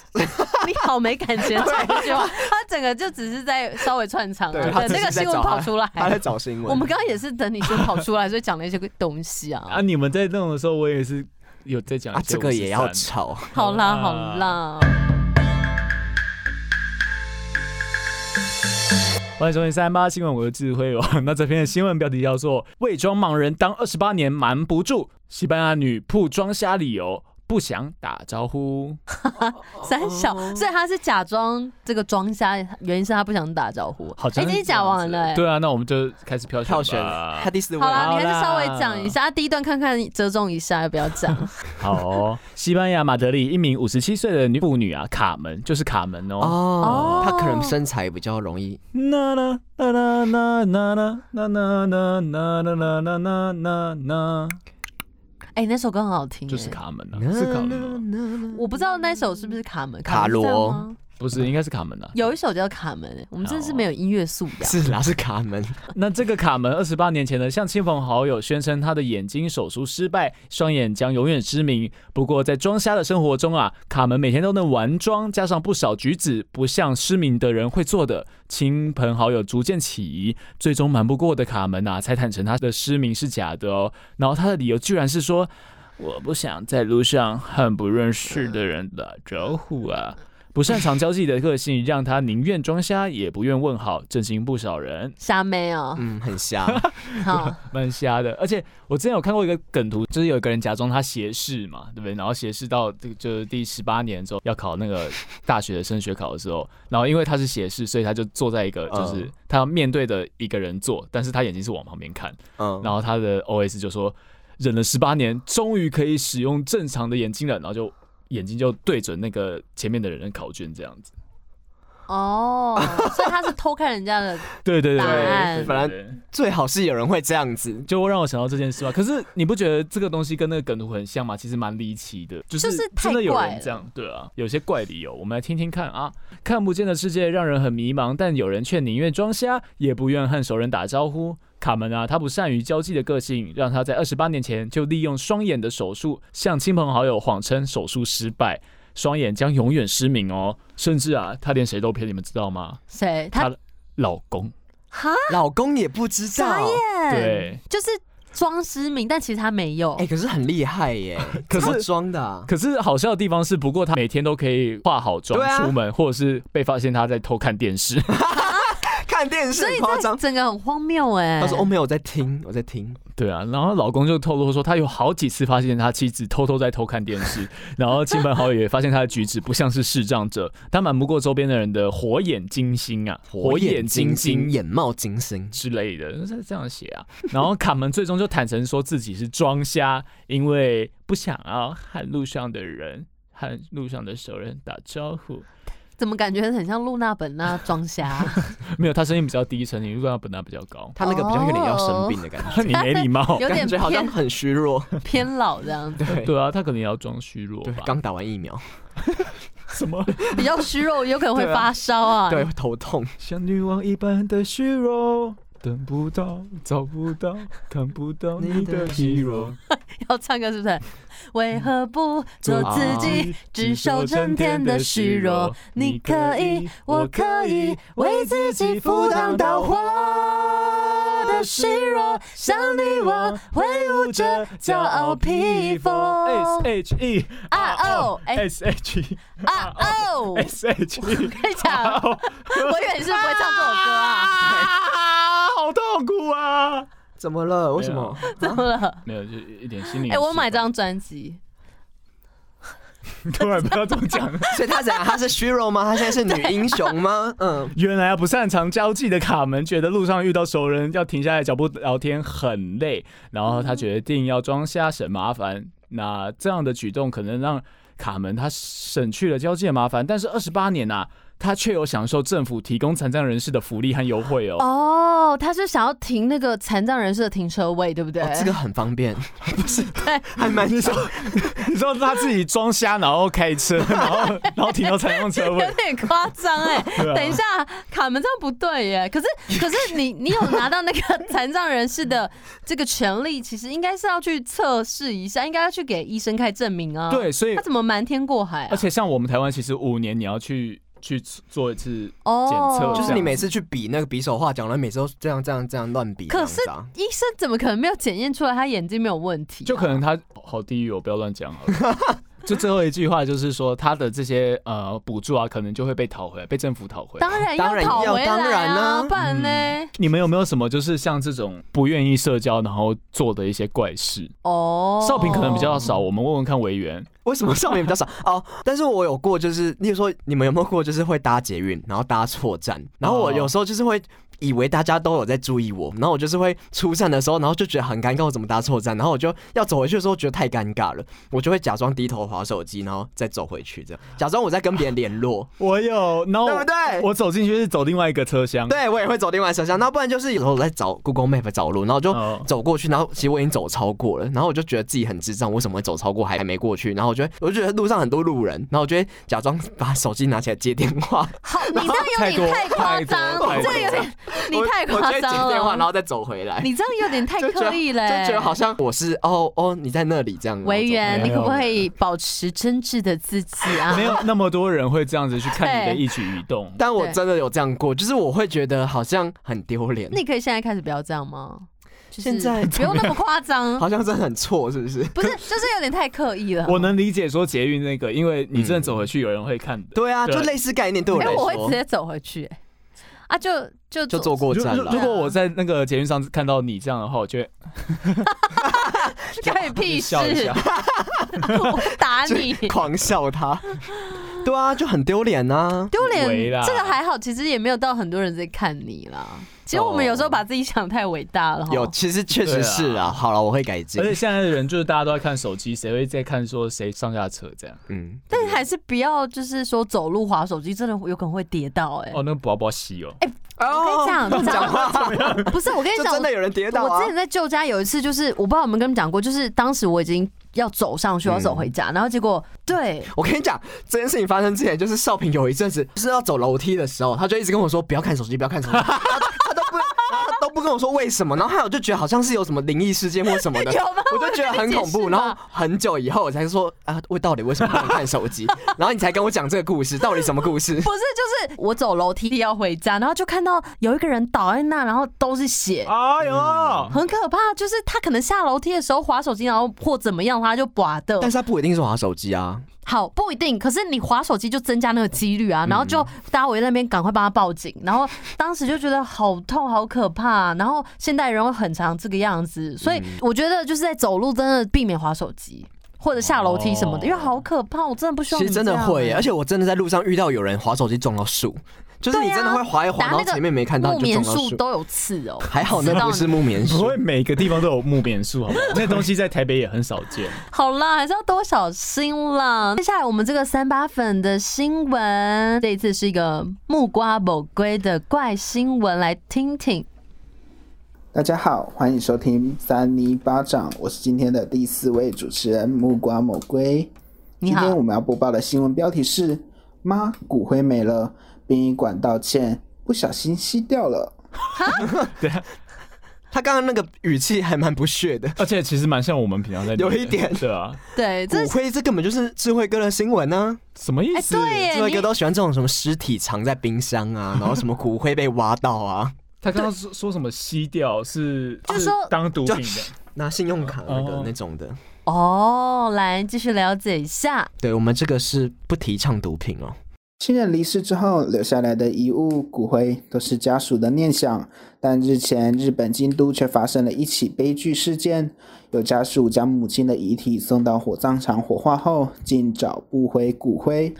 [SPEAKER 1] 你好没感情，讲这句话， 他整个就只是在稍微串场
[SPEAKER 3] 对
[SPEAKER 1] 啊，
[SPEAKER 3] 他
[SPEAKER 1] 等
[SPEAKER 3] 只
[SPEAKER 1] 那
[SPEAKER 3] 是
[SPEAKER 1] 个
[SPEAKER 3] 在
[SPEAKER 1] 新闻
[SPEAKER 3] 找
[SPEAKER 1] 跑出来。
[SPEAKER 3] 他在找新闻。
[SPEAKER 1] 我们刚刚也是等你新闻跑 出来，所以讲了一些东西啊
[SPEAKER 4] 啊！。你们在弄的时候，我也是有在讲
[SPEAKER 3] 啊，
[SPEAKER 4] 一些
[SPEAKER 3] 这个也要
[SPEAKER 4] 53
[SPEAKER 3] 吵，
[SPEAKER 1] 好啦好啦，
[SPEAKER 4] 欢迎收听三八新闻，我是智慧王。 那这篇的新闻标题叫做《伪装盲人当二十八年瞒不住》，西班牙女铺装瞎理由不想打招呼。
[SPEAKER 1] 三小，所以他是假装这个装瞎，原因是他不想打招呼。
[SPEAKER 4] 好，
[SPEAKER 1] 哎，
[SPEAKER 4] 真
[SPEAKER 1] 已
[SPEAKER 4] 的
[SPEAKER 1] 经
[SPEAKER 4] 是这样
[SPEAKER 1] 讲
[SPEAKER 4] 子
[SPEAKER 1] 完了，哎
[SPEAKER 4] 对啊，那我们就开始票选
[SPEAKER 3] 票选
[SPEAKER 4] 吧
[SPEAKER 3] Hadi s
[SPEAKER 1] 好啦，
[SPEAKER 4] 好
[SPEAKER 1] 你还是稍微
[SPEAKER 4] 啦
[SPEAKER 1] 讲一下，啊第一段看看折中一下，要不要讲？
[SPEAKER 3] 嗯
[SPEAKER 4] 好哦、西班牙马德里一名五十七岁的女妇女啊，卡门就是卡门哦。
[SPEAKER 3] 哦
[SPEAKER 1] 哦，
[SPEAKER 3] 他可能身材比较容易，
[SPEAKER 4] 啦啦啦啦啦啦啦啦啦啦啦啦啦啦啦啦，
[SPEAKER 1] 哎、那首歌很好听、
[SPEAKER 4] 就是
[SPEAKER 1] 哎。
[SPEAKER 4] 卡门啊，是卡门吗，
[SPEAKER 1] 我不知道那首是不是卡门
[SPEAKER 3] 卡罗
[SPEAKER 1] 门是这样吗
[SPEAKER 4] 不是，应该是卡门啊。
[SPEAKER 1] 有一首叫卡门、哎我们真的是没有音乐素养。
[SPEAKER 3] 是啦，是卡门，
[SPEAKER 4] 那这个卡门二十八年前呢，向亲朋好友宣称他的眼睛手术失败，双眼将永远失明。不过在装瞎的生活中啊，卡门每天都能玩装，加上不少举止不像失明的人会做的，亲朋好友逐渐起疑，最终瞒不过的卡门啊，才坦诚他的失明是假的哦。然后他的理由居然是说，我不想在路上和不认识的人打招呼啊。不擅长交际的个性让他宁愿装瞎，也不愿问好，震惊不少人。
[SPEAKER 1] 瞎 妹哦、
[SPEAKER 3] 嗯，很瞎，
[SPEAKER 1] 好，
[SPEAKER 4] 蛮瞎的。而且我之前有看过一个梗图，就是有一个人假装他斜视嘛，对不对？然后斜视到这个就是第十八年之后要考那个大学的升学考的时候，然后因为他是斜视，所以他就坐在一个就是
[SPEAKER 3] 嗯
[SPEAKER 4] 他要面对的一个人坐，但是他眼睛是往旁边看。
[SPEAKER 3] 嗯，
[SPEAKER 4] 然后他的 OS 就说，忍了十八年，终于可以使用正常的眼睛了，然后就。眼睛就对准那个前面的人的考卷这样子，
[SPEAKER 1] 哦，所以他是偷看人家的，
[SPEAKER 4] 对对对
[SPEAKER 1] 答
[SPEAKER 4] 对
[SPEAKER 1] 案
[SPEAKER 4] 对，对
[SPEAKER 3] 本来
[SPEAKER 4] 对
[SPEAKER 3] 最好是有人会这样子，
[SPEAKER 4] 就会让我想到这件事吧。可是你不觉得这个东西跟那个梗图很像吗？其实蛮离奇的，就
[SPEAKER 1] 就是
[SPEAKER 4] 是
[SPEAKER 1] 太
[SPEAKER 4] 真的有
[SPEAKER 1] 怪
[SPEAKER 4] 人
[SPEAKER 1] 了
[SPEAKER 4] 这样，对啊，有些怪理由。我们来听听看啊。看不见的世界让人很迷茫，但有人却宁愿装瞎，也不愿和熟人打招呼。卡门啊，他不善于交际的个性，让他在二十八年前就利用双眼的手术，向亲朋好友谎称手术失败，双眼将永远失明哦。甚至啊，他连谁都骗，你们知道吗？
[SPEAKER 1] 谁？
[SPEAKER 4] 她
[SPEAKER 1] 他
[SPEAKER 4] 的老公，
[SPEAKER 1] 哈，
[SPEAKER 3] 老公也不知
[SPEAKER 1] 傻
[SPEAKER 3] 道，
[SPEAKER 1] 眼，，
[SPEAKER 4] 对，
[SPEAKER 1] 就是装失明，但其实他没有。
[SPEAKER 3] 哎，可是很厉害 耶，
[SPEAKER 4] 可
[SPEAKER 3] 怎么
[SPEAKER 4] 是
[SPEAKER 3] 装的啊，
[SPEAKER 4] 可是好笑的地方是，不过他每天都可以化好妆
[SPEAKER 3] 对啊
[SPEAKER 4] 出门，或者是被发现他在偷看电视。
[SPEAKER 3] 看电视
[SPEAKER 1] 所以
[SPEAKER 3] 很夸
[SPEAKER 1] 这
[SPEAKER 3] 张，
[SPEAKER 1] 整个很荒谬哎、
[SPEAKER 3] 他说哦没有，我在听，我在听，
[SPEAKER 4] 对啊，然后老公就透露说，他有好几次发现他妻子偷偷在偷看电 视，然后亲朋好友也发现他的举止不像是视障者，他瞒不过周边的人的火眼金睛啊，
[SPEAKER 3] 金睛，眼冒金星，
[SPEAKER 4] 之类的，是这样写啊。然后卡门最终就坦诚说自己是装瞎，因为不想要和路上的人和路上的熟人打招呼。
[SPEAKER 1] 怎么感觉很像露娜本那 装瞎？
[SPEAKER 4] 没有，他声音比较低沉，你如果要本他比较高。
[SPEAKER 3] 他那个比较有点要生病的感觉，
[SPEAKER 4] 你没礼貌。
[SPEAKER 1] 哦 有点
[SPEAKER 3] 哦感觉好像
[SPEAKER 1] 偏
[SPEAKER 3] 很虚弱，
[SPEAKER 1] 偏老这样子，
[SPEAKER 3] 对
[SPEAKER 4] 对啊，他可能也要装虚弱
[SPEAKER 3] 对，
[SPEAKER 4] 吧？
[SPEAKER 3] 刚打完疫苗，
[SPEAKER 4] 什么
[SPEAKER 1] 比较虚弱，有可能会
[SPEAKER 3] 对啊
[SPEAKER 1] 发烧啊。
[SPEAKER 3] 对，头痛，
[SPEAKER 4] 像女王一般的虚弱，等不到，找不到，看不到
[SPEAKER 3] 你的
[SPEAKER 4] 肌肉，
[SPEAKER 1] 要唱歌是不是？为何不做自
[SPEAKER 4] 啊
[SPEAKER 1] 己？只手撑天的虚弱，你可以，我可以为自己赴汤蹈火的虚弱，像
[SPEAKER 3] 啊
[SPEAKER 1] 女王挥舞着骄傲披风。
[SPEAKER 4] S H E
[SPEAKER 1] 啊哦，哎
[SPEAKER 4] S H E
[SPEAKER 1] 啊哦，
[SPEAKER 3] 哎
[SPEAKER 1] 我
[SPEAKER 4] S H E，
[SPEAKER 1] 跟你
[SPEAKER 3] 啊
[SPEAKER 1] 讲，
[SPEAKER 3] 哦
[SPEAKER 1] 我以为你是不会唱这首歌啊，
[SPEAKER 4] 啊，好痛苦啊！
[SPEAKER 3] 怎么 了？为什
[SPEAKER 4] 没有
[SPEAKER 3] 么？
[SPEAKER 1] 怎么了？哎
[SPEAKER 4] 没有，就一点心理。
[SPEAKER 1] 哎，我买这张专辑，
[SPEAKER 4] 突 然不要这么讲，
[SPEAKER 3] 所以他怎样？他是 hero 吗？他现在是 女英雄吗？嗯，
[SPEAKER 4] 原来不擅长交际的卡门觉得路上遇到熟人要停下来脚步聊天很累，然后他决定要装瞎省麻烦。那这样的举动可能让卡门他省去了交际的麻烦，但是二十八年呐、他却有享受政府提供残障人士的福利和优惠哦。
[SPEAKER 1] 哦，他是想要停那个残障人士的停车位，对不对？
[SPEAKER 3] 哦，这个很方 便，不是？ 还蛮
[SPEAKER 4] 你说， 你说他自己装瞎，然后开车，然后 然后停到残障车 位
[SPEAKER 1] 有，点夸 张哎，
[SPEAKER 4] 对啊
[SPEAKER 1] 等一下，卡门这样不对耶。 可是可是你你有拿到那个 残障人士的这个权利，其实应该是要去测试一下，应该要去给医生开证明啊。，
[SPEAKER 4] 对，所以
[SPEAKER 1] 他怎么瞒天过海啊？
[SPEAKER 4] 而且像我们台湾，其实五年你要去去做一次检测
[SPEAKER 1] 哦，
[SPEAKER 3] 就是你每
[SPEAKER 4] 次
[SPEAKER 3] 次去比那个比手画脚，然后每次都这样这样这样乱比，
[SPEAKER 1] 可是
[SPEAKER 3] 这样子啊
[SPEAKER 1] 医生怎么可能没有检验出来他眼睛没有问题啊、
[SPEAKER 4] 就可能他好地狱哦，不要乱讲好了。 就最后一句话就是说，他的这些呃补助啊，可能就会被讨回来，被政府讨回来。
[SPEAKER 1] 当然
[SPEAKER 3] 当然
[SPEAKER 1] 讨
[SPEAKER 3] 要
[SPEAKER 1] 回来
[SPEAKER 3] 当然
[SPEAKER 1] 啊，
[SPEAKER 3] 啊
[SPEAKER 1] 不然呢？
[SPEAKER 4] 你们有没有什么就是像这种不愿意社交，然后做的一些怪事？
[SPEAKER 1] 哦，
[SPEAKER 4] 少平可能比较少，我们问问看委员。
[SPEAKER 3] 为什么上面比较少？哦，但是我有过，就是例如说，你们有没有过，就是会搭捷运，然后搭错站，然后我
[SPEAKER 4] 哦
[SPEAKER 3] 有时候就是会以为大家都有在注意我，然后我就是会出站的时候，然后就觉得很尴尬，我怎么搭错站，然后我就要走回去的时候觉得太尴尬了，我就会假装低头划手机，然后再走回去，这样假装我在跟别人联络，
[SPEAKER 4] 我有，然后
[SPEAKER 3] 对不对？
[SPEAKER 4] 我走进去是走另外一个车厢。
[SPEAKER 3] 对，我也会走另外车厢，那不然就是有时候我在找 Google Map 找路，然后我就
[SPEAKER 4] 哦
[SPEAKER 3] 走过去，然后其实我已经走超过了，然后我就觉得自己很智障，为什么会走超过还还没过去？然后我觉得我就觉得路上很多路人，然后我就会假装把手机拿起来接电话，
[SPEAKER 1] 好，你这样有点太夸张
[SPEAKER 4] 太多
[SPEAKER 1] 了，
[SPEAKER 4] 太
[SPEAKER 1] 这
[SPEAKER 4] 多
[SPEAKER 1] 个有点 你
[SPEAKER 3] 我
[SPEAKER 1] 太
[SPEAKER 3] 我就
[SPEAKER 1] 夸
[SPEAKER 3] 会接
[SPEAKER 1] 张
[SPEAKER 3] 电话，然
[SPEAKER 1] 了，
[SPEAKER 3] 后再走回来，
[SPEAKER 1] 你这样有点太
[SPEAKER 3] 就觉
[SPEAKER 1] 刻
[SPEAKER 3] 得
[SPEAKER 1] 意
[SPEAKER 3] 就
[SPEAKER 1] 了欸，
[SPEAKER 3] 觉得好像我是哦哦你在那里这样。
[SPEAKER 1] 维园，
[SPEAKER 4] 没
[SPEAKER 1] 你
[SPEAKER 4] 有
[SPEAKER 1] 可不可以保持真挚的自己啊？
[SPEAKER 4] 没有那么多人会这样子去看你的一举一动。
[SPEAKER 3] 但我
[SPEAKER 1] 对
[SPEAKER 3] 真的有这样过，就是我会觉得好像很丢脸
[SPEAKER 1] 那， 你可以现在开始不要这样吗？就是
[SPEAKER 3] 现在
[SPEAKER 1] 不用那么夸 张，
[SPEAKER 3] 好像真的很错，是不是？
[SPEAKER 1] 不是，就是有点太刻意了。
[SPEAKER 4] 我能理解说捷运那个，因为你真的走回去，有人会看的。
[SPEAKER 3] 对啊，
[SPEAKER 4] 对
[SPEAKER 3] 就类似概念对我
[SPEAKER 1] 哎，
[SPEAKER 3] 来
[SPEAKER 1] 我会直
[SPEAKER 3] 说，
[SPEAKER 1] 接走回去欸，啊，就就
[SPEAKER 3] 就坐过
[SPEAKER 4] 如
[SPEAKER 3] 站
[SPEAKER 4] 如
[SPEAKER 3] 了
[SPEAKER 4] 如。果我在那个捷运上看到你这样的话，我就会
[SPEAKER 1] 干你 屁事
[SPEAKER 4] 笑一 下，
[SPEAKER 1] 我打啊你。
[SPEAKER 3] 狂笑他。对啊，就很丢脸啊呐。
[SPEAKER 1] 丢
[SPEAKER 4] 围
[SPEAKER 1] 脸
[SPEAKER 4] 啦，
[SPEAKER 1] 这个还好，其实也没有到很多人在看你啦。其实我们有时候把自己想太伟大了齁，
[SPEAKER 3] 有，其实确实
[SPEAKER 4] 对啊
[SPEAKER 3] 是啊。好了，我会改进
[SPEAKER 4] 而。且现在的人就是大家都在看手机，谁会在看说谁上下车这样？
[SPEAKER 3] 嗯，
[SPEAKER 1] 但还是不要就是说走路滑手机，真的有可能会跌倒哎、
[SPEAKER 4] 哦，那个宝宝洗哦，
[SPEAKER 1] 我跟你讲，你知道
[SPEAKER 3] 讲
[SPEAKER 1] 吗
[SPEAKER 3] 话怎么样？
[SPEAKER 1] 不是我跟你
[SPEAKER 3] 就
[SPEAKER 1] 讲，
[SPEAKER 3] 真的有人跌倒
[SPEAKER 1] 哎我
[SPEAKER 3] 啊
[SPEAKER 1] 之！前在旧家有一次，就是我不知道有没有跟你们讲过，就是当时我已经要走上去，
[SPEAKER 3] 嗯
[SPEAKER 1] 要走回家，然后结果对，
[SPEAKER 3] 我跟你讲，这件事情发生之前，就是少平有一阵子就是要走楼梯的时候，他就一直跟我说不要看手机，不要看手机，他他都不然后他都不跟我说为什么，然后还有就觉得好像是有什么灵异事件或什么的
[SPEAKER 1] 有吗，
[SPEAKER 3] 我就觉得很恐怖。
[SPEAKER 1] 我跟你解释吧
[SPEAKER 3] 然后很久以后我才说啊，为到底为什么不能看手 机？然后你才跟我讲这个故事，到底什么故事？
[SPEAKER 1] 不是就是我走楼梯要回家，然后就看到有一个人倒在那，然后都是血。
[SPEAKER 3] 啊
[SPEAKER 4] 哎
[SPEAKER 3] 嗯
[SPEAKER 4] 呦，
[SPEAKER 1] 很可怕，就是他可能下楼梯的时候滑手机，然后或怎么样，他就拔的。
[SPEAKER 3] 但是他不一定是玩手机啊，
[SPEAKER 1] 好，不一定。可是你划手机就增加那个几率
[SPEAKER 3] 嗯
[SPEAKER 1] 啊，然后就大家围在那边赶快帮他报警，然后当时就觉得好痛、好可怕、然后现代人会很常这个样子，
[SPEAKER 3] 嗯
[SPEAKER 1] 所以我觉得就是在走路真的避免划手机或者下楼梯什么的，
[SPEAKER 4] 哦
[SPEAKER 1] 因为好可怕，我真的不希望
[SPEAKER 3] 其
[SPEAKER 1] 你
[SPEAKER 3] 实真的
[SPEAKER 1] 这样
[SPEAKER 3] 会耶，
[SPEAKER 1] 欸
[SPEAKER 3] 而且我真的在路上遇到有人滑手机撞到树，就是你
[SPEAKER 1] 对啊
[SPEAKER 3] 真的会滑一滑，
[SPEAKER 1] 打
[SPEAKER 3] 然
[SPEAKER 1] 那
[SPEAKER 3] 后
[SPEAKER 1] 个
[SPEAKER 3] 前面没看到
[SPEAKER 1] 木
[SPEAKER 3] 你就
[SPEAKER 1] 棉
[SPEAKER 3] 撞到
[SPEAKER 1] 树
[SPEAKER 3] 树。
[SPEAKER 1] 都有刺哦、
[SPEAKER 3] 还好
[SPEAKER 1] 知
[SPEAKER 3] 那
[SPEAKER 1] 道
[SPEAKER 3] 不
[SPEAKER 1] 你
[SPEAKER 3] 是木棉
[SPEAKER 4] 不
[SPEAKER 3] 树
[SPEAKER 4] 会，每个地方都有木扁树， 好不好？那东西在台北也很少见。
[SPEAKER 1] 好啦，还是要多小心啦。接下来我们这个三八粉的新闻，这一次是一个木瓜某龟的怪新闻，来听听。
[SPEAKER 5] 大家好，欢迎收听三尼巴掌，我是今天的第四位主持人木瓜某龟。
[SPEAKER 1] 你好
[SPEAKER 5] 今天我们要播报的新闻标题是：妈，骨灰没了，殡仪馆道歉，不小心吸掉了。
[SPEAKER 4] 对啊，
[SPEAKER 3] 他刚刚那个语气还蛮不屑的。
[SPEAKER 4] 而且其实蛮像我们平常在
[SPEAKER 3] 有一点
[SPEAKER 4] 对啊，
[SPEAKER 1] 对，这
[SPEAKER 3] 骨
[SPEAKER 1] 是
[SPEAKER 3] 灰这根本就是智慧哥的新闻呢、
[SPEAKER 4] 什么意
[SPEAKER 1] 哎、
[SPEAKER 4] 思？
[SPEAKER 1] 对
[SPEAKER 3] 啊，智
[SPEAKER 1] 耶，
[SPEAKER 3] 慧
[SPEAKER 1] 你
[SPEAKER 3] 哥都喜欢这种什么尸体藏在冰箱 啊，然后什么骨灰被挖到啊，
[SPEAKER 4] 他刚刚说说什么吸掉是
[SPEAKER 1] 就是说
[SPEAKER 4] 当毒品
[SPEAKER 3] 就
[SPEAKER 4] 的，
[SPEAKER 3] 拿信用卡那个
[SPEAKER 4] 哦
[SPEAKER 3] 那种的。
[SPEAKER 1] 哦，来继续了解一下。
[SPEAKER 3] 对我们这个是不提倡毒品哦。
[SPEAKER 5] 亲人离世之后留下来的遗物、骨灰都是家属的念想，但日前日本京都却发生了一起悲剧事件，有家属将母亲的遗体送到火葬场火化后，竟找不回骨灰，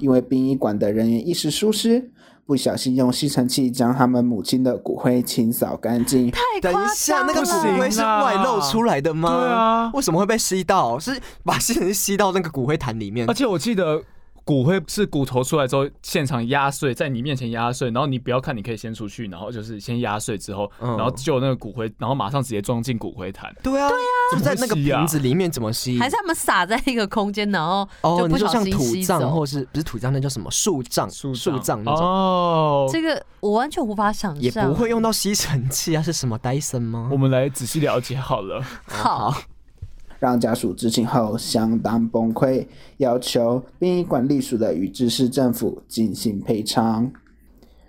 [SPEAKER 5] 因为殡仪馆的人员一时疏失，不小心用吸尘器将他们母亲的骨灰清扫干净，
[SPEAKER 3] 等一下，那个
[SPEAKER 4] 不
[SPEAKER 3] 骨灰
[SPEAKER 4] 行
[SPEAKER 3] 是
[SPEAKER 4] 啊
[SPEAKER 3] 外露出来的吗？
[SPEAKER 4] 对啊
[SPEAKER 3] 为什么会被吸到？是把吸尘器吸到那个骨灰坛里面
[SPEAKER 4] 而？且我记得骨灰是骨头出来之后，现场压碎，在你面前压碎，然后你不要看，你可以先出去，然后就是先压碎之后，
[SPEAKER 3] 嗯
[SPEAKER 4] 然后就那个骨灰，然后马上直接装进骨灰坛。
[SPEAKER 3] 对啊，对啊，
[SPEAKER 4] 怎么
[SPEAKER 3] 在
[SPEAKER 4] 会
[SPEAKER 3] 那个
[SPEAKER 4] 吸啊
[SPEAKER 3] 瓶子里面怎么吸？
[SPEAKER 1] 还是他们撒在一个空间，然后
[SPEAKER 3] 嗯哦，
[SPEAKER 1] 就
[SPEAKER 3] 你
[SPEAKER 1] 不
[SPEAKER 3] 说
[SPEAKER 1] 小
[SPEAKER 3] 像
[SPEAKER 1] 心
[SPEAKER 3] 土
[SPEAKER 1] 吸
[SPEAKER 3] 葬，
[SPEAKER 1] 走。
[SPEAKER 3] 或是不是土葬，那叫什么树葬？树葬那种，
[SPEAKER 4] 哦。
[SPEAKER 1] 这个我完全无法想
[SPEAKER 3] 也
[SPEAKER 1] 象
[SPEAKER 3] 不。会用到吸尘器啊？是什么戴森吗
[SPEAKER 4] 我？们来仔细了解好了，
[SPEAKER 1] 好，
[SPEAKER 5] 让家属知情后相当崩溃，要求殡仪馆隶属的宇治市政府进行赔偿。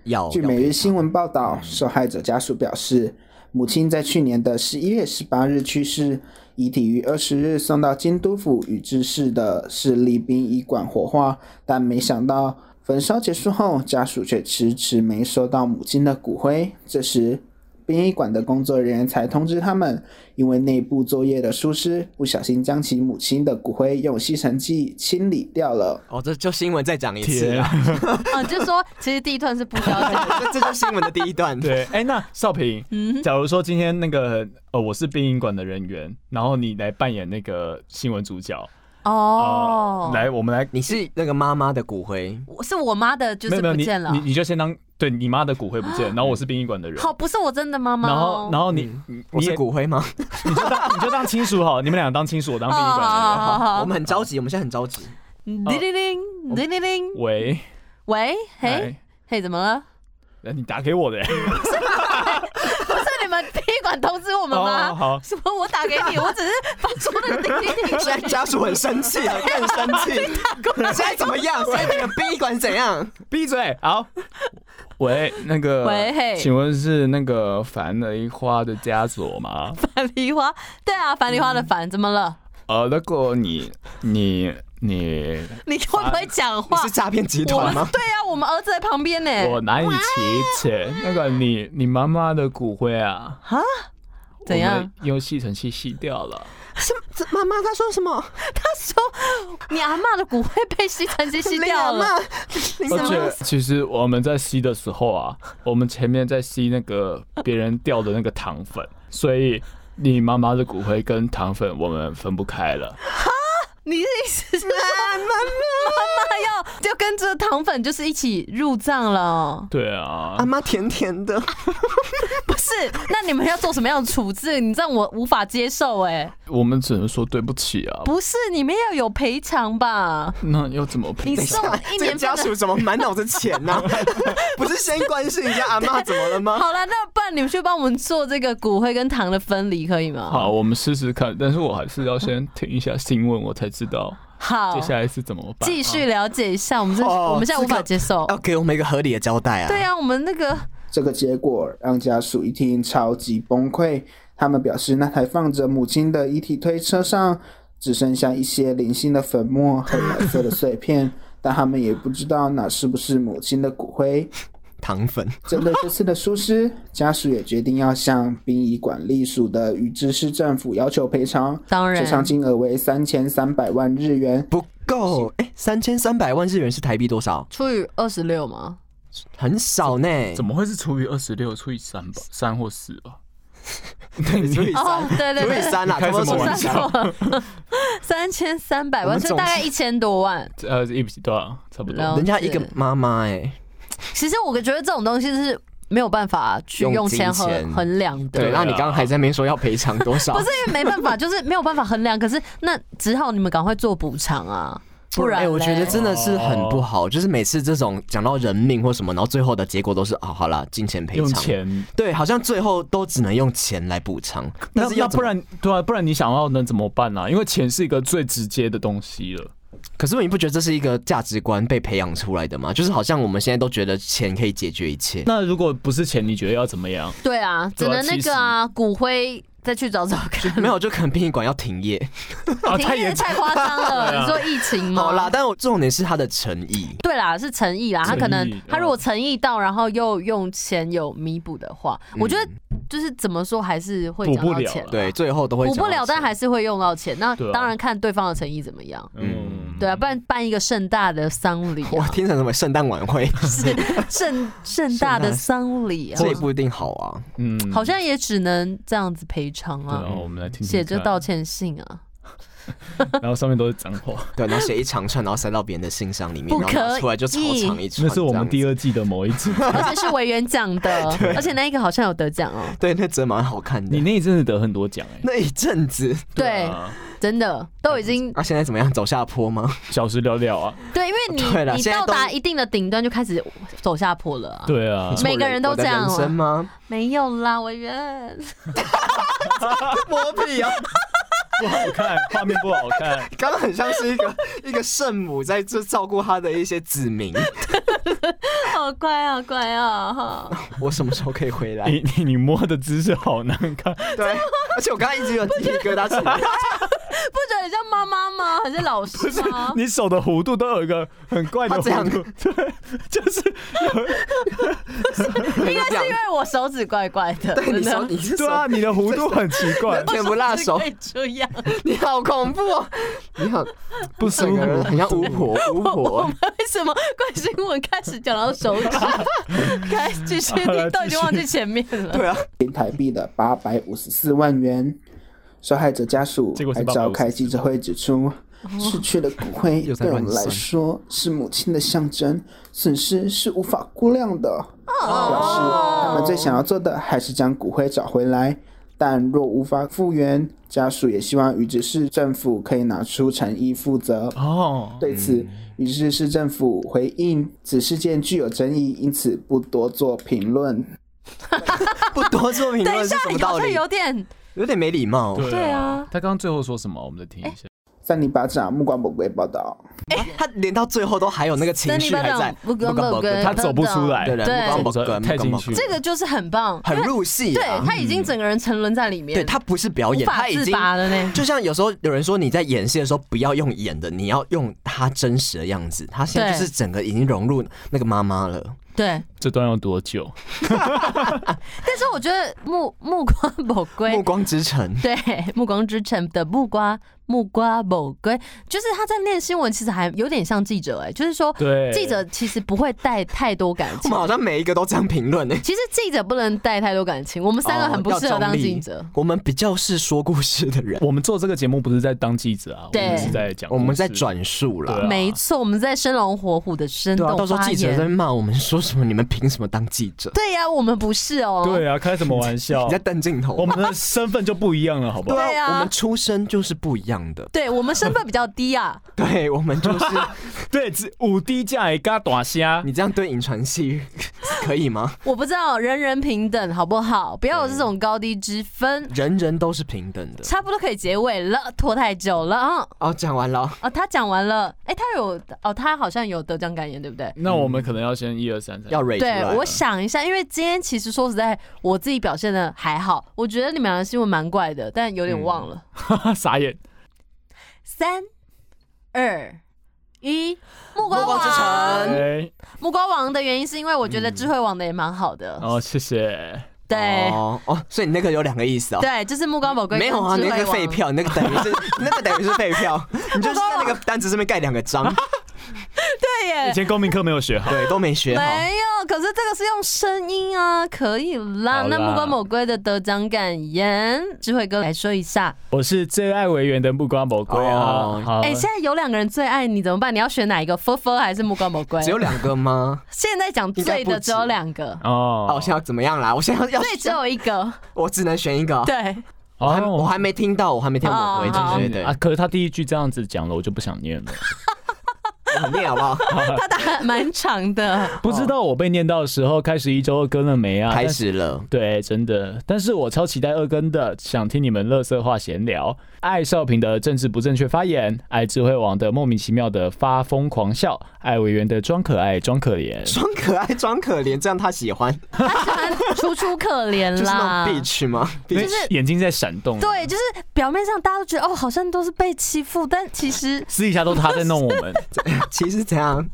[SPEAKER 3] 要
[SPEAKER 5] 据
[SPEAKER 3] 要
[SPEAKER 5] 每
[SPEAKER 3] 赔
[SPEAKER 5] 日新闻报道，受害者家属表示，母亲在去年的十一月十八日去世，遗体于二十日送到京都府宇治市的市立殡仪馆火化，但没想到焚烧结束后，家属却迟迟没收到母亲的骨灰。这时，殡仪馆的工作人员才通知他们，因为内部作业的疏失，不小心将其母亲的骨灰用吸尘器清理掉了。
[SPEAKER 3] 哦，这就新闻再讲一次
[SPEAKER 4] 天
[SPEAKER 3] 啊，
[SPEAKER 1] 啊，就说其实第一段是不需要讲的
[SPEAKER 3] 这这就是新闻的第一段。
[SPEAKER 4] 对，哎、那少平，
[SPEAKER 1] 嗯
[SPEAKER 4] 假如说今天那个呃，我是殡仪馆的人员，然后你来扮演那个新闻主角，
[SPEAKER 1] 哦
[SPEAKER 4] 呃，。来，我们来，
[SPEAKER 3] 你是那个妈妈的骨灰，
[SPEAKER 1] 我是我妈的，就
[SPEAKER 4] 没
[SPEAKER 1] 是
[SPEAKER 4] 有没有，
[SPEAKER 1] 不
[SPEAKER 4] 你
[SPEAKER 1] 见了
[SPEAKER 4] 你。你就先当对你妈的骨灰不 见，然后我是殡仪馆的人，
[SPEAKER 1] 好，不是我真的妈妈
[SPEAKER 4] 然
[SPEAKER 1] 哦。
[SPEAKER 4] 后然后你你
[SPEAKER 3] 我
[SPEAKER 4] 你
[SPEAKER 3] 是
[SPEAKER 4] 也
[SPEAKER 3] 骨灰吗？
[SPEAKER 4] 你就当你就当亲属好，你们俩当亲属，我当殡仪馆的人。
[SPEAKER 1] 哦好好
[SPEAKER 3] 我们很着急，我们现在很着 急。
[SPEAKER 1] 嗯叮铃铃，叮铃铃，
[SPEAKER 4] 喂，
[SPEAKER 1] 喂，嘿
[SPEAKER 4] 哎，
[SPEAKER 1] 嘿，怎么了？
[SPEAKER 4] 那你打给我的欸，
[SPEAKER 1] 不是你们殡仪馆通知我们
[SPEAKER 4] 哦
[SPEAKER 1] 吗？
[SPEAKER 4] 好
[SPEAKER 1] 什么？我打给你，我只是发出那个叮铃铃
[SPEAKER 3] 现在
[SPEAKER 1] 声。
[SPEAKER 3] 家属很生气啊，更生 气。现在怎么样？现在你们殡仪馆怎样？
[SPEAKER 4] 闭嘴。好，喂，那个，
[SPEAKER 1] 喂嘿
[SPEAKER 4] 请问是那个樊梨花的家属吗？
[SPEAKER 1] 樊梨花，对啊，樊梨花的樊，怎么了？
[SPEAKER 4] 呃，如果你你你，
[SPEAKER 1] 你会不会讲
[SPEAKER 3] 你
[SPEAKER 1] 话？
[SPEAKER 3] 是诈骗集
[SPEAKER 1] 啊我
[SPEAKER 3] 团
[SPEAKER 1] 们
[SPEAKER 3] 吗？
[SPEAKER 1] 对啊，我们儿子在旁边呢。
[SPEAKER 4] 我难以启齿。那个你你妈妈的骨灰啊，
[SPEAKER 1] 怎
[SPEAKER 4] 我
[SPEAKER 1] 样
[SPEAKER 4] 们？用吸尘器吸掉了。
[SPEAKER 3] 什么这妈妈她说什么？
[SPEAKER 1] 他说你阿嬷的骨灰被吸尘器吸掉了。
[SPEAKER 3] 林
[SPEAKER 4] 而
[SPEAKER 3] 阿嬷。
[SPEAKER 4] 且其实我们在吸的时 候啊，我们前面在吸那个别人掉的那个糖粉，所以你妈妈的骨灰跟糖粉我们分不开了。
[SPEAKER 1] 你的意思是说妈妈要就跟着糖粉就是一起入葬了哦？
[SPEAKER 4] 对
[SPEAKER 3] 阿
[SPEAKER 4] 啊，
[SPEAKER 3] 妈甜甜 的，
[SPEAKER 1] 不是，那你们要做什么样的处置？你让我无法接受哎、
[SPEAKER 4] 我们只能说对不起啊。
[SPEAKER 1] 不是，你们要有赔偿
[SPEAKER 3] 啊
[SPEAKER 1] 吧？
[SPEAKER 4] 那要怎么赔
[SPEAKER 1] 你？送我一
[SPEAKER 3] 哎这个
[SPEAKER 1] 年
[SPEAKER 3] 家
[SPEAKER 1] 份的。
[SPEAKER 3] 属怎么满脑子钱 呢、不是先关心一下阿妈怎么了吗？
[SPEAKER 1] 好了，那不然你们去帮我们做这个骨灰跟糖的分离，可以吗？
[SPEAKER 4] 好，我们试试看，但是我还是要先听一下新闻，我才知道
[SPEAKER 1] 好，
[SPEAKER 4] 接下来是怎么办。
[SPEAKER 1] 继续了解一下，我们这、
[SPEAKER 3] 哦
[SPEAKER 1] 我们现在无法接受。
[SPEAKER 3] 要给我们一个哦合理的交代啊！
[SPEAKER 1] 对啊，我们那个
[SPEAKER 5] 这个结果让家属一听超级崩溃，他们表示那台放着母亲的遗体推车上只剩下一些零星的粉末和白色的碎片，但他们也不知道那是不是母亲的骨灰。
[SPEAKER 3] 糖粉，
[SPEAKER 5] 针对这次的疏失，家属也决定要向殡仪馆隶属的宇治市政府要求赔偿，
[SPEAKER 1] 当然
[SPEAKER 5] 赔偿金额为三千三百万日元，
[SPEAKER 3] 不够，哎、三千三百万日元是台币多少？
[SPEAKER 1] 除以二十六嘛，
[SPEAKER 3] 很少呢。
[SPEAKER 4] 怎
[SPEAKER 3] 么？
[SPEAKER 4] 么会是除以二十六除以三吧？三或四啊 吧？
[SPEAKER 3] 除以三，
[SPEAKER 1] 哦对对对
[SPEAKER 3] 除以三啦，啊
[SPEAKER 4] 你开
[SPEAKER 3] 差不多
[SPEAKER 4] 什
[SPEAKER 3] 除
[SPEAKER 4] 么
[SPEAKER 3] 以
[SPEAKER 4] 玩
[SPEAKER 3] 三
[SPEAKER 4] 笑？
[SPEAKER 1] 三千三百
[SPEAKER 3] 我
[SPEAKER 1] 万，
[SPEAKER 3] 们
[SPEAKER 1] 所以
[SPEAKER 3] 总
[SPEAKER 1] 大概一千多万。
[SPEAKER 4] 呃，一比多少？差不多。
[SPEAKER 1] 了
[SPEAKER 3] 人家一个
[SPEAKER 1] 解
[SPEAKER 3] 妈妈哎，
[SPEAKER 1] 其实我觉得这种东西是没有办法去
[SPEAKER 3] 用
[SPEAKER 1] 用
[SPEAKER 3] 金
[SPEAKER 1] 钱衡
[SPEAKER 3] 钱
[SPEAKER 1] 衡量的。
[SPEAKER 3] 对，那你刚刚还在那边说要赔偿多少？
[SPEAKER 1] 不是因为没办法，就是没有办法衡量。可是那只好你们赶快做补偿啊，不然
[SPEAKER 3] 哎
[SPEAKER 1] 嘞、
[SPEAKER 3] 我觉得真的是很不好，就是每次这种讲到人命或什么，然后最后的结果都是啊，好啦，金钱赔
[SPEAKER 4] 用
[SPEAKER 3] 偿。
[SPEAKER 4] 钱
[SPEAKER 3] 对，好像最后都只能用钱来补偿，但
[SPEAKER 4] 那
[SPEAKER 3] 是
[SPEAKER 4] 那
[SPEAKER 3] 要怎
[SPEAKER 4] 不
[SPEAKER 3] 么，
[SPEAKER 4] 然对啊，不然你想要能怎么办呢、啊？因为钱是一个最直接的东西了。
[SPEAKER 3] 可是你不觉得这是一个价值观被培养出来的吗？就是好像我们现在都觉得钱可以解决一切，
[SPEAKER 4] 那如果不是钱，你觉得要怎么样？
[SPEAKER 1] 对啊，只能那个啊，骨灰再去找找 看。
[SPEAKER 3] 没有，就可能殡仪馆要停 业。
[SPEAKER 4] 啊，
[SPEAKER 1] 停
[SPEAKER 4] 太
[SPEAKER 1] 业
[SPEAKER 4] 严 重
[SPEAKER 1] 太夸张了，
[SPEAKER 4] 对啊
[SPEAKER 1] 你说疫情吗？
[SPEAKER 3] 好啦，但我重点是他的诚意。
[SPEAKER 1] 对啦，是诚意啦，他
[SPEAKER 4] 诚意
[SPEAKER 1] 可能他
[SPEAKER 4] 嗯
[SPEAKER 1] 如果诚意到，然后又用钱有弥补的话，我觉得
[SPEAKER 3] 嗯
[SPEAKER 1] 就是怎么说还是会
[SPEAKER 4] 补
[SPEAKER 1] 讲
[SPEAKER 4] 不
[SPEAKER 1] 到
[SPEAKER 4] 了
[SPEAKER 1] 钱
[SPEAKER 4] 啦，
[SPEAKER 3] 对，最后都会
[SPEAKER 1] 补
[SPEAKER 3] 讲
[SPEAKER 1] 不
[SPEAKER 3] 到
[SPEAKER 1] 了，但
[SPEAKER 3] 钱
[SPEAKER 1] 还是会用到钱。那
[SPEAKER 4] 对啊
[SPEAKER 1] 当然看对方的诚意怎么样。
[SPEAKER 4] 嗯，
[SPEAKER 1] 对啊，不然办一个盛大的丧礼、
[SPEAKER 3] 我
[SPEAKER 1] 啊，
[SPEAKER 3] 听成什么圣诞晚 会，
[SPEAKER 1] 是盛盛大的丧礼啊
[SPEAKER 3] 这，也不一定好啊。
[SPEAKER 4] 嗯，
[SPEAKER 1] 好像也只能这样子赔偿
[SPEAKER 4] 对啊，
[SPEAKER 1] 啊，
[SPEAKER 4] 我们来听听
[SPEAKER 1] 写着
[SPEAKER 4] 看
[SPEAKER 1] 道，歉信啊，
[SPEAKER 4] 然后上面都是脏 话，
[SPEAKER 3] 对，然后写一长串，然后塞到别人的信箱里面，
[SPEAKER 1] 不
[SPEAKER 3] 然后拿
[SPEAKER 1] 可
[SPEAKER 3] 出来就超
[SPEAKER 1] 以
[SPEAKER 3] 长一串。
[SPEAKER 4] 那是我们第
[SPEAKER 3] 二，
[SPEAKER 4] 二季的某一集。
[SPEAKER 1] 而且是委员奖的，而且那一个好像有得奖哦，
[SPEAKER 3] 对，那真蛮好看的
[SPEAKER 4] 你。那一阵子得很多奖哎，
[SPEAKER 3] 那一阵子，
[SPEAKER 1] 对，
[SPEAKER 4] 啊
[SPEAKER 1] 真的都已经
[SPEAKER 3] 那、现在怎么样？走下 坡吗？
[SPEAKER 4] 小时聊聊啊，
[SPEAKER 1] 对，因为
[SPEAKER 3] 对啦
[SPEAKER 1] 你你
[SPEAKER 3] 现在
[SPEAKER 1] 到
[SPEAKER 3] 都
[SPEAKER 1] 达一定的顶端就开始走下坡了啊。
[SPEAKER 4] 对啊，
[SPEAKER 1] 每个人都
[SPEAKER 3] 我的
[SPEAKER 1] 这样
[SPEAKER 3] 人生吗？
[SPEAKER 1] 没有啦，委员，
[SPEAKER 3] 剥皮啊，
[SPEAKER 4] 不好看，画面不好看，
[SPEAKER 3] 刚刚很像是一个一个圣母在这照顾她的一些子民。
[SPEAKER 1] 好乖啊，乖啊，哈，
[SPEAKER 3] 我什么时候可以回来？
[SPEAKER 4] 你你你摸的姿势好难看，
[SPEAKER 3] 对，而且我刚刚一直有鸡皮疙瘩起来。
[SPEAKER 1] 不觉得很像妈妈吗？还是老师吗？
[SPEAKER 4] 你手的弧度都有一个很怪的
[SPEAKER 3] 他这样
[SPEAKER 4] 弧度， 对，就是
[SPEAKER 1] 应该是因为我手指怪怪的，
[SPEAKER 3] 对你
[SPEAKER 1] 真
[SPEAKER 3] 手，
[SPEAKER 1] 的
[SPEAKER 3] 你是
[SPEAKER 4] 对啊，
[SPEAKER 3] 手，
[SPEAKER 4] 你的弧度很奇 怪，
[SPEAKER 3] 甜不辣手
[SPEAKER 1] 我，指这样，
[SPEAKER 3] 你好恐怖哦！你好，
[SPEAKER 4] 不舒
[SPEAKER 3] 整个人
[SPEAKER 4] 服，
[SPEAKER 3] 很像巫婆，巫
[SPEAKER 1] 我
[SPEAKER 3] 婆
[SPEAKER 1] 们。为什么怪新闻开始讲到手 指？开始继续，
[SPEAKER 4] 好了
[SPEAKER 1] 你都已经
[SPEAKER 4] 继续
[SPEAKER 1] 忘记前面了。
[SPEAKER 3] 对啊，
[SPEAKER 5] 新台币的八百五十四万元。受害者家属
[SPEAKER 4] 结果是
[SPEAKER 5] 还召开记者会指出，逝去的骨灰
[SPEAKER 3] 又在
[SPEAKER 5] 对我
[SPEAKER 3] 乱
[SPEAKER 5] 们来
[SPEAKER 3] 算
[SPEAKER 5] 说是母亲的象征，损失是无法估量的。表示他们最想要做的还是将骨灰找回来，但若无法复原，家属也希望宇治市政府可以拿出诚意负责。
[SPEAKER 4] 哦，
[SPEAKER 5] 对此，宇治市政府回应此事件具有争议，因此不多做评论。
[SPEAKER 3] 不多做评
[SPEAKER 1] 等
[SPEAKER 3] 论
[SPEAKER 1] 一
[SPEAKER 3] 是
[SPEAKER 1] 下
[SPEAKER 3] 什，么
[SPEAKER 1] 你
[SPEAKER 3] 道
[SPEAKER 1] 好像
[SPEAKER 3] 理？
[SPEAKER 1] 有点
[SPEAKER 3] 有点没礼貌。
[SPEAKER 1] 对啊
[SPEAKER 4] 哦他刚刚最后说什么？我们再听一下。
[SPEAKER 5] 三零八长目光宝贵报道。
[SPEAKER 3] 他连到最后都还有那个情绪还在，
[SPEAKER 1] 不跟不跟，
[SPEAKER 4] 他走不出来
[SPEAKER 3] 对
[SPEAKER 1] 对
[SPEAKER 3] 人不光不跟，不光
[SPEAKER 4] 太进
[SPEAKER 3] 不
[SPEAKER 4] 去
[SPEAKER 3] 跟
[SPEAKER 4] 了，
[SPEAKER 1] 哎这个就是很棒，
[SPEAKER 3] 嗯很入戏
[SPEAKER 1] 对
[SPEAKER 3] 啊。嗯
[SPEAKER 1] 他已经整个人沉沦在里面，
[SPEAKER 3] 对他不是表
[SPEAKER 1] 无
[SPEAKER 3] 演，
[SPEAKER 1] 法
[SPEAKER 3] 他已
[SPEAKER 1] 自
[SPEAKER 3] 经
[SPEAKER 1] 拔了呢。
[SPEAKER 3] 就像有时候有人说你在演戏的时候不要用演的，你要用他真实的样子。他现在
[SPEAKER 1] 对
[SPEAKER 3] 就是整个已经融入那个妈妈了。
[SPEAKER 1] 对，
[SPEAKER 4] 这段要多久？
[SPEAKER 1] 但是我觉得目目光宝
[SPEAKER 3] 暮
[SPEAKER 1] 龟，
[SPEAKER 3] 光之 城，
[SPEAKER 1] 对目光之城的目光目光宝龟，就是他在念新闻，其实还有点像记者哎、就是说
[SPEAKER 4] 对，
[SPEAKER 1] 记者其实不会带太多感
[SPEAKER 3] 我
[SPEAKER 1] 情
[SPEAKER 3] 们。好像每一个都这样评论呢。
[SPEAKER 1] 其实记者不能带太多感情，我们三个很不适合当记者
[SPEAKER 3] 哦哦要中立。我们比较是说故事的人，
[SPEAKER 4] 我们做这个节目不是在当记者啊，我
[SPEAKER 1] 对
[SPEAKER 4] 们是在讲故
[SPEAKER 3] 我
[SPEAKER 4] 事，
[SPEAKER 3] 们在转述啦
[SPEAKER 4] 对。啊
[SPEAKER 1] 没错，我们在生龙活虎的生
[SPEAKER 3] 对啊，
[SPEAKER 1] 动
[SPEAKER 3] 到时候
[SPEAKER 1] 发
[SPEAKER 3] 记者在
[SPEAKER 1] 言。
[SPEAKER 3] 骂我们说什么，你们凭什么当记者？
[SPEAKER 1] 对呀、我们不是哦。
[SPEAKER 4] 对啊，开什么玩笑
[SPEAKER 3] 你在？瞪镜头
[SPEAKER 4] 我
[SPEAKER 3] 吗。
[SPEAKER 4] 们的身份就不一样了，好不好？
[SPEAKER 1] 对啊
[SPEAKER 3] 我们出身就是不一样的。
[SPEAKER 1] 对我们身份比较低啊，
[SPEAKER 3] 对，我们 就是
[SPEAKER 4] 对，只五 D 价也嘎短虾，
[SPEAKER 3] 你这样对影传系可以吗？
[SPEAKER 1] 我不知道人人平等好不好？不要有这种高低之分。
[SPEAKER 3] 人人都是平等的。
[SPEAKER 1] 差不多可以结尾了，拖太久了啊！
[SPEAKER 3] 哦，讲完了，
[SPEAKER 1] 哦，他讲完了，哎、他有哦，他好像有得奖感言，对不对？
[SPEAKER 4] 那我们可能要先一二三三，
[SPEAKER 3] 要 r 出来
[SPEAKER 1] 对
[SPEAKER 3] 了。，
[SPEAKER 1] 我想一下，因为今天其实说实在，我自己表现的还好，我觉得你们两个新闻蛮怪的，但有点忘了。
[SPEAKER 3] 嗯
[SPEAKER 4] 傻眼。
[SPEAKER 1] 三、二、一，目光
[SPEAKER 3] 暮光之
[SPEAKER 1] 王。
[SPEAKER 3] 城，
[SPEAKER 4] 哎，
[SPEAKER 1] 目光王的原因是因为我觉得智慧王的也蛮好的，
[SPEAKER 3] 嗯
[SPEAKER 4] 哦，谢谢。
[SPEAKER 1] 对、
[SPEAKER 3] 哦哦，所以你那个有两个意思哦。
[SPEAKER 1] 对，就是目光宝贵
[SPEAKER 3] 没有啊，
[SPEAKER 1] 跟
[SPEAKER 3] 你
[SPEAKER 1] 智
[SPEAKER 3] 那
[SPEAKER 1] 慧
[SPEAKER 3] 个
[SPEAKER 1] 王
[SPEAKER 3] 废。票，你那个等于 是那个等于是废票，你就是在那个单子上面盖两个章，
[SPEAKER 1] 对耶
[SPEAKER 4] 以，前公民课没有学 好，
[SPEAKER 3] 对，都没学好。
[SPEAKER 1] 没有，可是这个是用声音啊，可以啦。
[SPEAKER 4] 好啦
[SPEAKER 1] 那目光某龟的得奖感言，智慧哥来说一下。
[SPEAKER 4] 我是最爱委员的目光宝贵啊
[SPEAKER 3] 哦。
[SPEAKER 4] 好
[SPEAKER 1] 哎、现在有两个人最爱你怎么办？你要选哪一个？佛佛还是目光某龟？
[SPEAKER 3] 只有两个吗？
[SPEAKER 1] 现在讲最的只有两个，
[SPEAKER 4] 哦
[SPEAKER 3] 哦，我现在要怎么样啦？我现在要
[SPEAKER 1] 所以只有一个。
[SPEAKER 3] 我只能选一个。
[SPEAKER 1] 对，
[SPEAKER 3] 我还
[SPEAKER 4] 哦嗯
[SPEAKER 3] 我还没听到，我还没听到我
[SPEAKER 1] 哦
[SPEAKER 3] 回，对对对
[SPEAKER 4] 啊，。可是他第一句这样子讲了，我就不想念了。
[SPEAKER 3] 我念好不好？
[SPEAKER 1] 他答案蛮长 的，
[SPEAKER 4] 不知道我被念到的时候，开始一周二更了没啊？
[SPEAKER 3] 开
[SPEAKER 4] 但是。
[SPEAKER 3] 始了，
[SPEAKER 4] 对，真的，但是我超期待二更的，想听你们乐色话闲聊，爱少平的政治不正确发言，爱智慧王的莫名其妙的发疯狂笑，爱委员的装可爱装可怜，
[SPEAKER 3] 装可爱装可怜，这样他喜欢，
[SPEAKER 1] 他喜欢楚楚可怜
[SPEAKER 3] 就是那
[SPEAKER 1] 啦。
[SPEAKER 3] 种 bitch 吗？
[SPEAKER 1] 是
[SPEAKER 4] 眼睛在闪动，
[SPEAKER 1] 对，就是表面上大家都觉得哦，好像都是被欺负，但其实
[SPEAKER 4] 私底下都是他在弄我们，
[SPEAKER 3] 其实怎样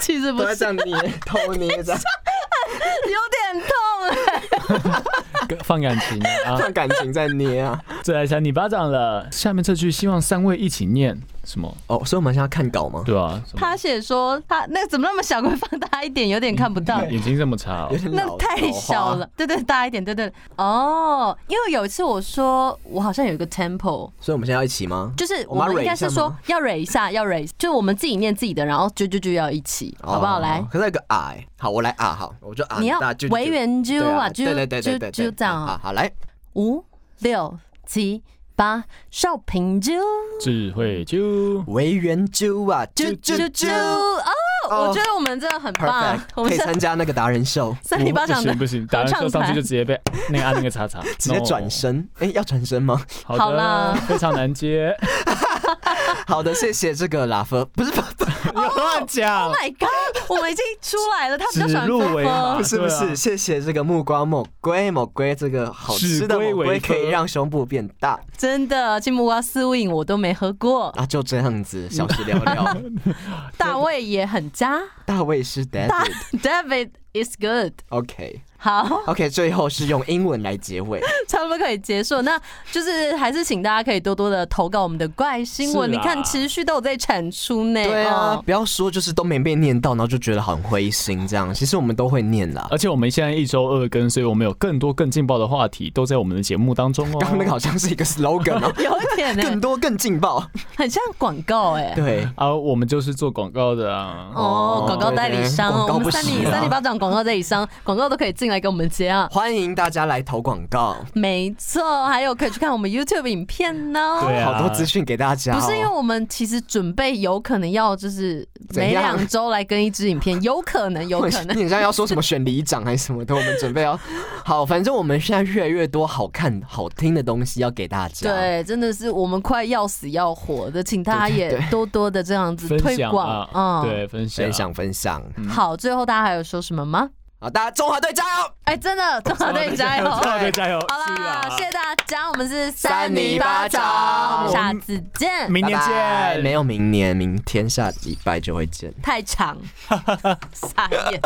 [SPEAKER 1] 其实不
[SPEAKER 3] 都在
[SPEAKER 1] 是，
[SPEAKER 3] 这样捏，偷捏 着，
[SPEAKER 1] 有点痛哎、
[SPEAKER 4] 放感情啊，
[SPEAKER 3] 看感情在捏啊。
[SPEAKER 4] 再来扇你巴掌了。下面这句希望三位一起念什么？
[SPEAKER 3] 哦，所以我们现在要看稿吗？
[SPEAKER 4] 对啊，什么
[SPEAKER 1] 他写说他那个怎么那么小， 快放大一点，有点看不到。
[SPEAKER 4] 眼睛这么差、哦
[SPEAKER 3] 有，点
[SPEAKER 1] 那
[SPEAKER 3] 老
[SPEAKER 1] 太小。
[SPEAKER 3] 老
[SPEAKER 1] 了
[SPEAKER 3] 花，
[SPEAKER 1] 对对，大一点，对对。哦，因为有一次我说我好像有一个 tempo，
[SPEAKER 3] 所以我们现在要一起吗？
[SPEAKER 1] 就是
[SPEAKER 3] 我
[SPEAKER 1] 我
[SPEAKER 3] 们要
[SPEAKER 1] 们应
[SPEAKER 3] rate
[SPEAKER 1] 该
[SPEAKER 3] 一下
[SPEAKER 1] 是说
[SPEAKER 3] 吗
[SPEAKER 1] 要蕊一下，要蕊，就是我们自己念自己的，然后就就就要一起，好不好？
[SPEAKER 3] 哦
[SPEAKER 1] 来，
[SPEAKER 3] 可是有个啊，欸好，我来啊，好，我就啊，
[SPEAKER 1] 你要
[SPEAKER 3] 大家就
[SPEAKER 1] 为圆
[SPEAKER 3] 对
[SPEAKER 1] 揪
[SPEAKER 3] 啊，
[SPEAKER 1] 啊，
[SPEAKER 3] 对
[SPEAKER 1] 揪
[SPEAKER 3] 对对对
[SPEAKER 1] 揪
[SPEAKER 3] 对，
[SPEAKER 1] 揪
[SPEAKER 3] 对
[SPEAKER 1] 这样
[SPEAKER 3] 好
[SPEAKER 1] 啊，
[SPEAKER 3] 好来，
[SPEAKER 1] 五六七八，少平揪
[SPEAKER 4] 智慧就
[SPEAKER 3] 为圆揪啊，
[SPEAKER 1] 揪
[SPEAKER 3] 啾
[SPEAKER 1] 揪
[SPEAKER 3] 啾
[SPEAKER 1] 揪
[SPEAKER 3] 啾
[SPEAKER 1] 哦，我觉得我们真的很棒，
[SPEAKER 3] ，perfect，可
[SPEAKER 1] 我们
[SPEAKER 3] 以
[SPEAKER 1] 是
[SPEAKER 3] 参加那个达人 秀，
[SPEAKER 1] 三里八掌的
[SPEAKER 4] 不行 不行，
[SPEAKER 1] 合
[SPEAKER 4] 打完
[SPEAKER 1] 唱
[SPEAKER 4] 球上去
[SPEAKER 1] 团
[SPEAKER 4] 就直接被那个按那个叉叉，
[SPEAKER 3] 直接转
[SPEAKER 4] No
[SPEAKER 3] 身，哎，要转身吗？
[SPEAKER 4] 好
[SPEAKER 1] 好
[SPEAKER 4] 的
[SPEAKER 1] 啦，
[SPEAKER 4] 非常 难接，
[SPEAKER 3] 好的，谢谢这个 拉夫，不是不
[SPEAKER 4] 你乱讲
[SPEAKER 1] Oh，my God，我们已经出来了，他比较喜
[SPEAKER 4] 指
[SPEAKER 1] 欢
[SPEAKER 4] 鹿
[SPEAKER 1] 分
[SPEAKER 4] 为
[SPEAKER 1] 分
[SPEAKER 4] 马
[SPEAKER 3] 不是不
[SPEAKER 4] 对
[SPEAKER 3] 是，
[SPEAKER 4] 啊
[SPEAKER 3] 谢谢这个木瓜某龟某龟这个好吃的某
[SPEAKER 4] 指龟
[SPEAKER 3] 龟
[SPEAKER 4] 为
[SPEAKER 3] 可以
[SPEAKER 4] 科
[SPEAKER 3] 让胸部变大
[SPEAKER 1] 真的，金木瓜丝 win 我都没喝过，
[SPEAKER 3] 啊，就这样 子，小时聊聊。
[SPEAKER 1] 大卫也很渣
[SPEAKER 3] 大卫 是
[SPEAKER 1] 大
[SPEAKER 3] David，OK
[SPEAKER 1] ，David is good。好，
[SPEAKER 3] OK，最后是用英文来结尾。
[SPEAKER 1] 差不多可以结束。那就是还是请大家可以多多的投稿我们的怪新闻，你
[SPEAKER 4] 是啊
[SPEAKER 1] 看持续都有在产出呢。
[SPEAKER 3] 对啊，
[SPEAKER 1] 哦
[SPEAKER 3] 不要说就是都没被念到，然后就觉得很灰心这样。其实我们都会念啦。
[SPEAKER 1] 呃
[SPEAKER 4] 而且我们现在一周二更，所以我们有更多更劲爆的话题都在我们的节目当中哦。
[SPEAKER 3] 刚刚那个好像是一个 slogan 哦，
[SPEAKER 1] 有 一点呢、
[SPEAKER 3] 更多更劲爆。
[SPEAKER 1] 很像广告哎、
[SPEAKER 3] 对，
[SPEAKER 4] 啊，我们就是做广告的啊。
[SPEAKER 1] 哦，广告代理商，
[SPEAKER 3] 对对
[SPEAKER 1] 我
[SPEAKER 3] 广告
[SPEAKER 1] 们
[SPEAKER 3] 不
[SPEAKER 1] 三里
[SPEAKER 3] 行啊
[SPEAKER 1] 三里巴掌广告代理商，广告都可以进来给我们接啊。
[SPEAKER 3] 欢迎大家来投广告，
[SPEAKER 1] 没错，还有可以去看我们 YouTube 影片呢。
[SPEAKER 4] 对啊
[SPEAKER 3] 好多资讯给大家哦。
[SPEAKER 1] 不是因为我们其实准备有可能要就是
[SPEAKER 3] 怎
[SPEAKER 1] 每
[SPEAKER 3] 样
[SPEAKER 1] 两周来更一支影片，有可能，有可能
[SPEAKER 3] 你。现在要说什么选里长还是什么的，我们准备 要好，反正我们现在越来越多好看、好听的东西要给大家。，
[SPEAKER 1] 对，真的是我们快要死要活的，请大家也多多的这样子
[SPEAKER 4] 分
[SPEAKER 1] 推
[SPEAKER 4] 享
[SPEAKER 1] 广嗯
[SPEAKER 4] 啊，，对，分享
[SPEAKER 3] 分享分享。
[SPEAKER 1] 好，最后大家还有说什么吗？
[SPEAKER 3] 好，大家中华队加油！
[SPEAKER 1] 哎，真的，中华队 加油！
[SPEAKER 4] 中华队
[SPEAKER 1] 好
[SPEAKER 4] 加油！是
[SPEAKER 1] 啦，
[SPEAKER 4] 啊
[SPEAKER 1] 谢谢大家，我们是
[SPEAKER 3] 三泥巴掌
[SPEAKER 1] 我们下次见。
[SPEAKER 4] 明年
[SPEAKER 3] 拜拜
[SPEAKER 4] 见，
[SPEAKER 3] 没有明年，明 天下礼拜就会见。
[SPEAKER 1] 太长，傻眼。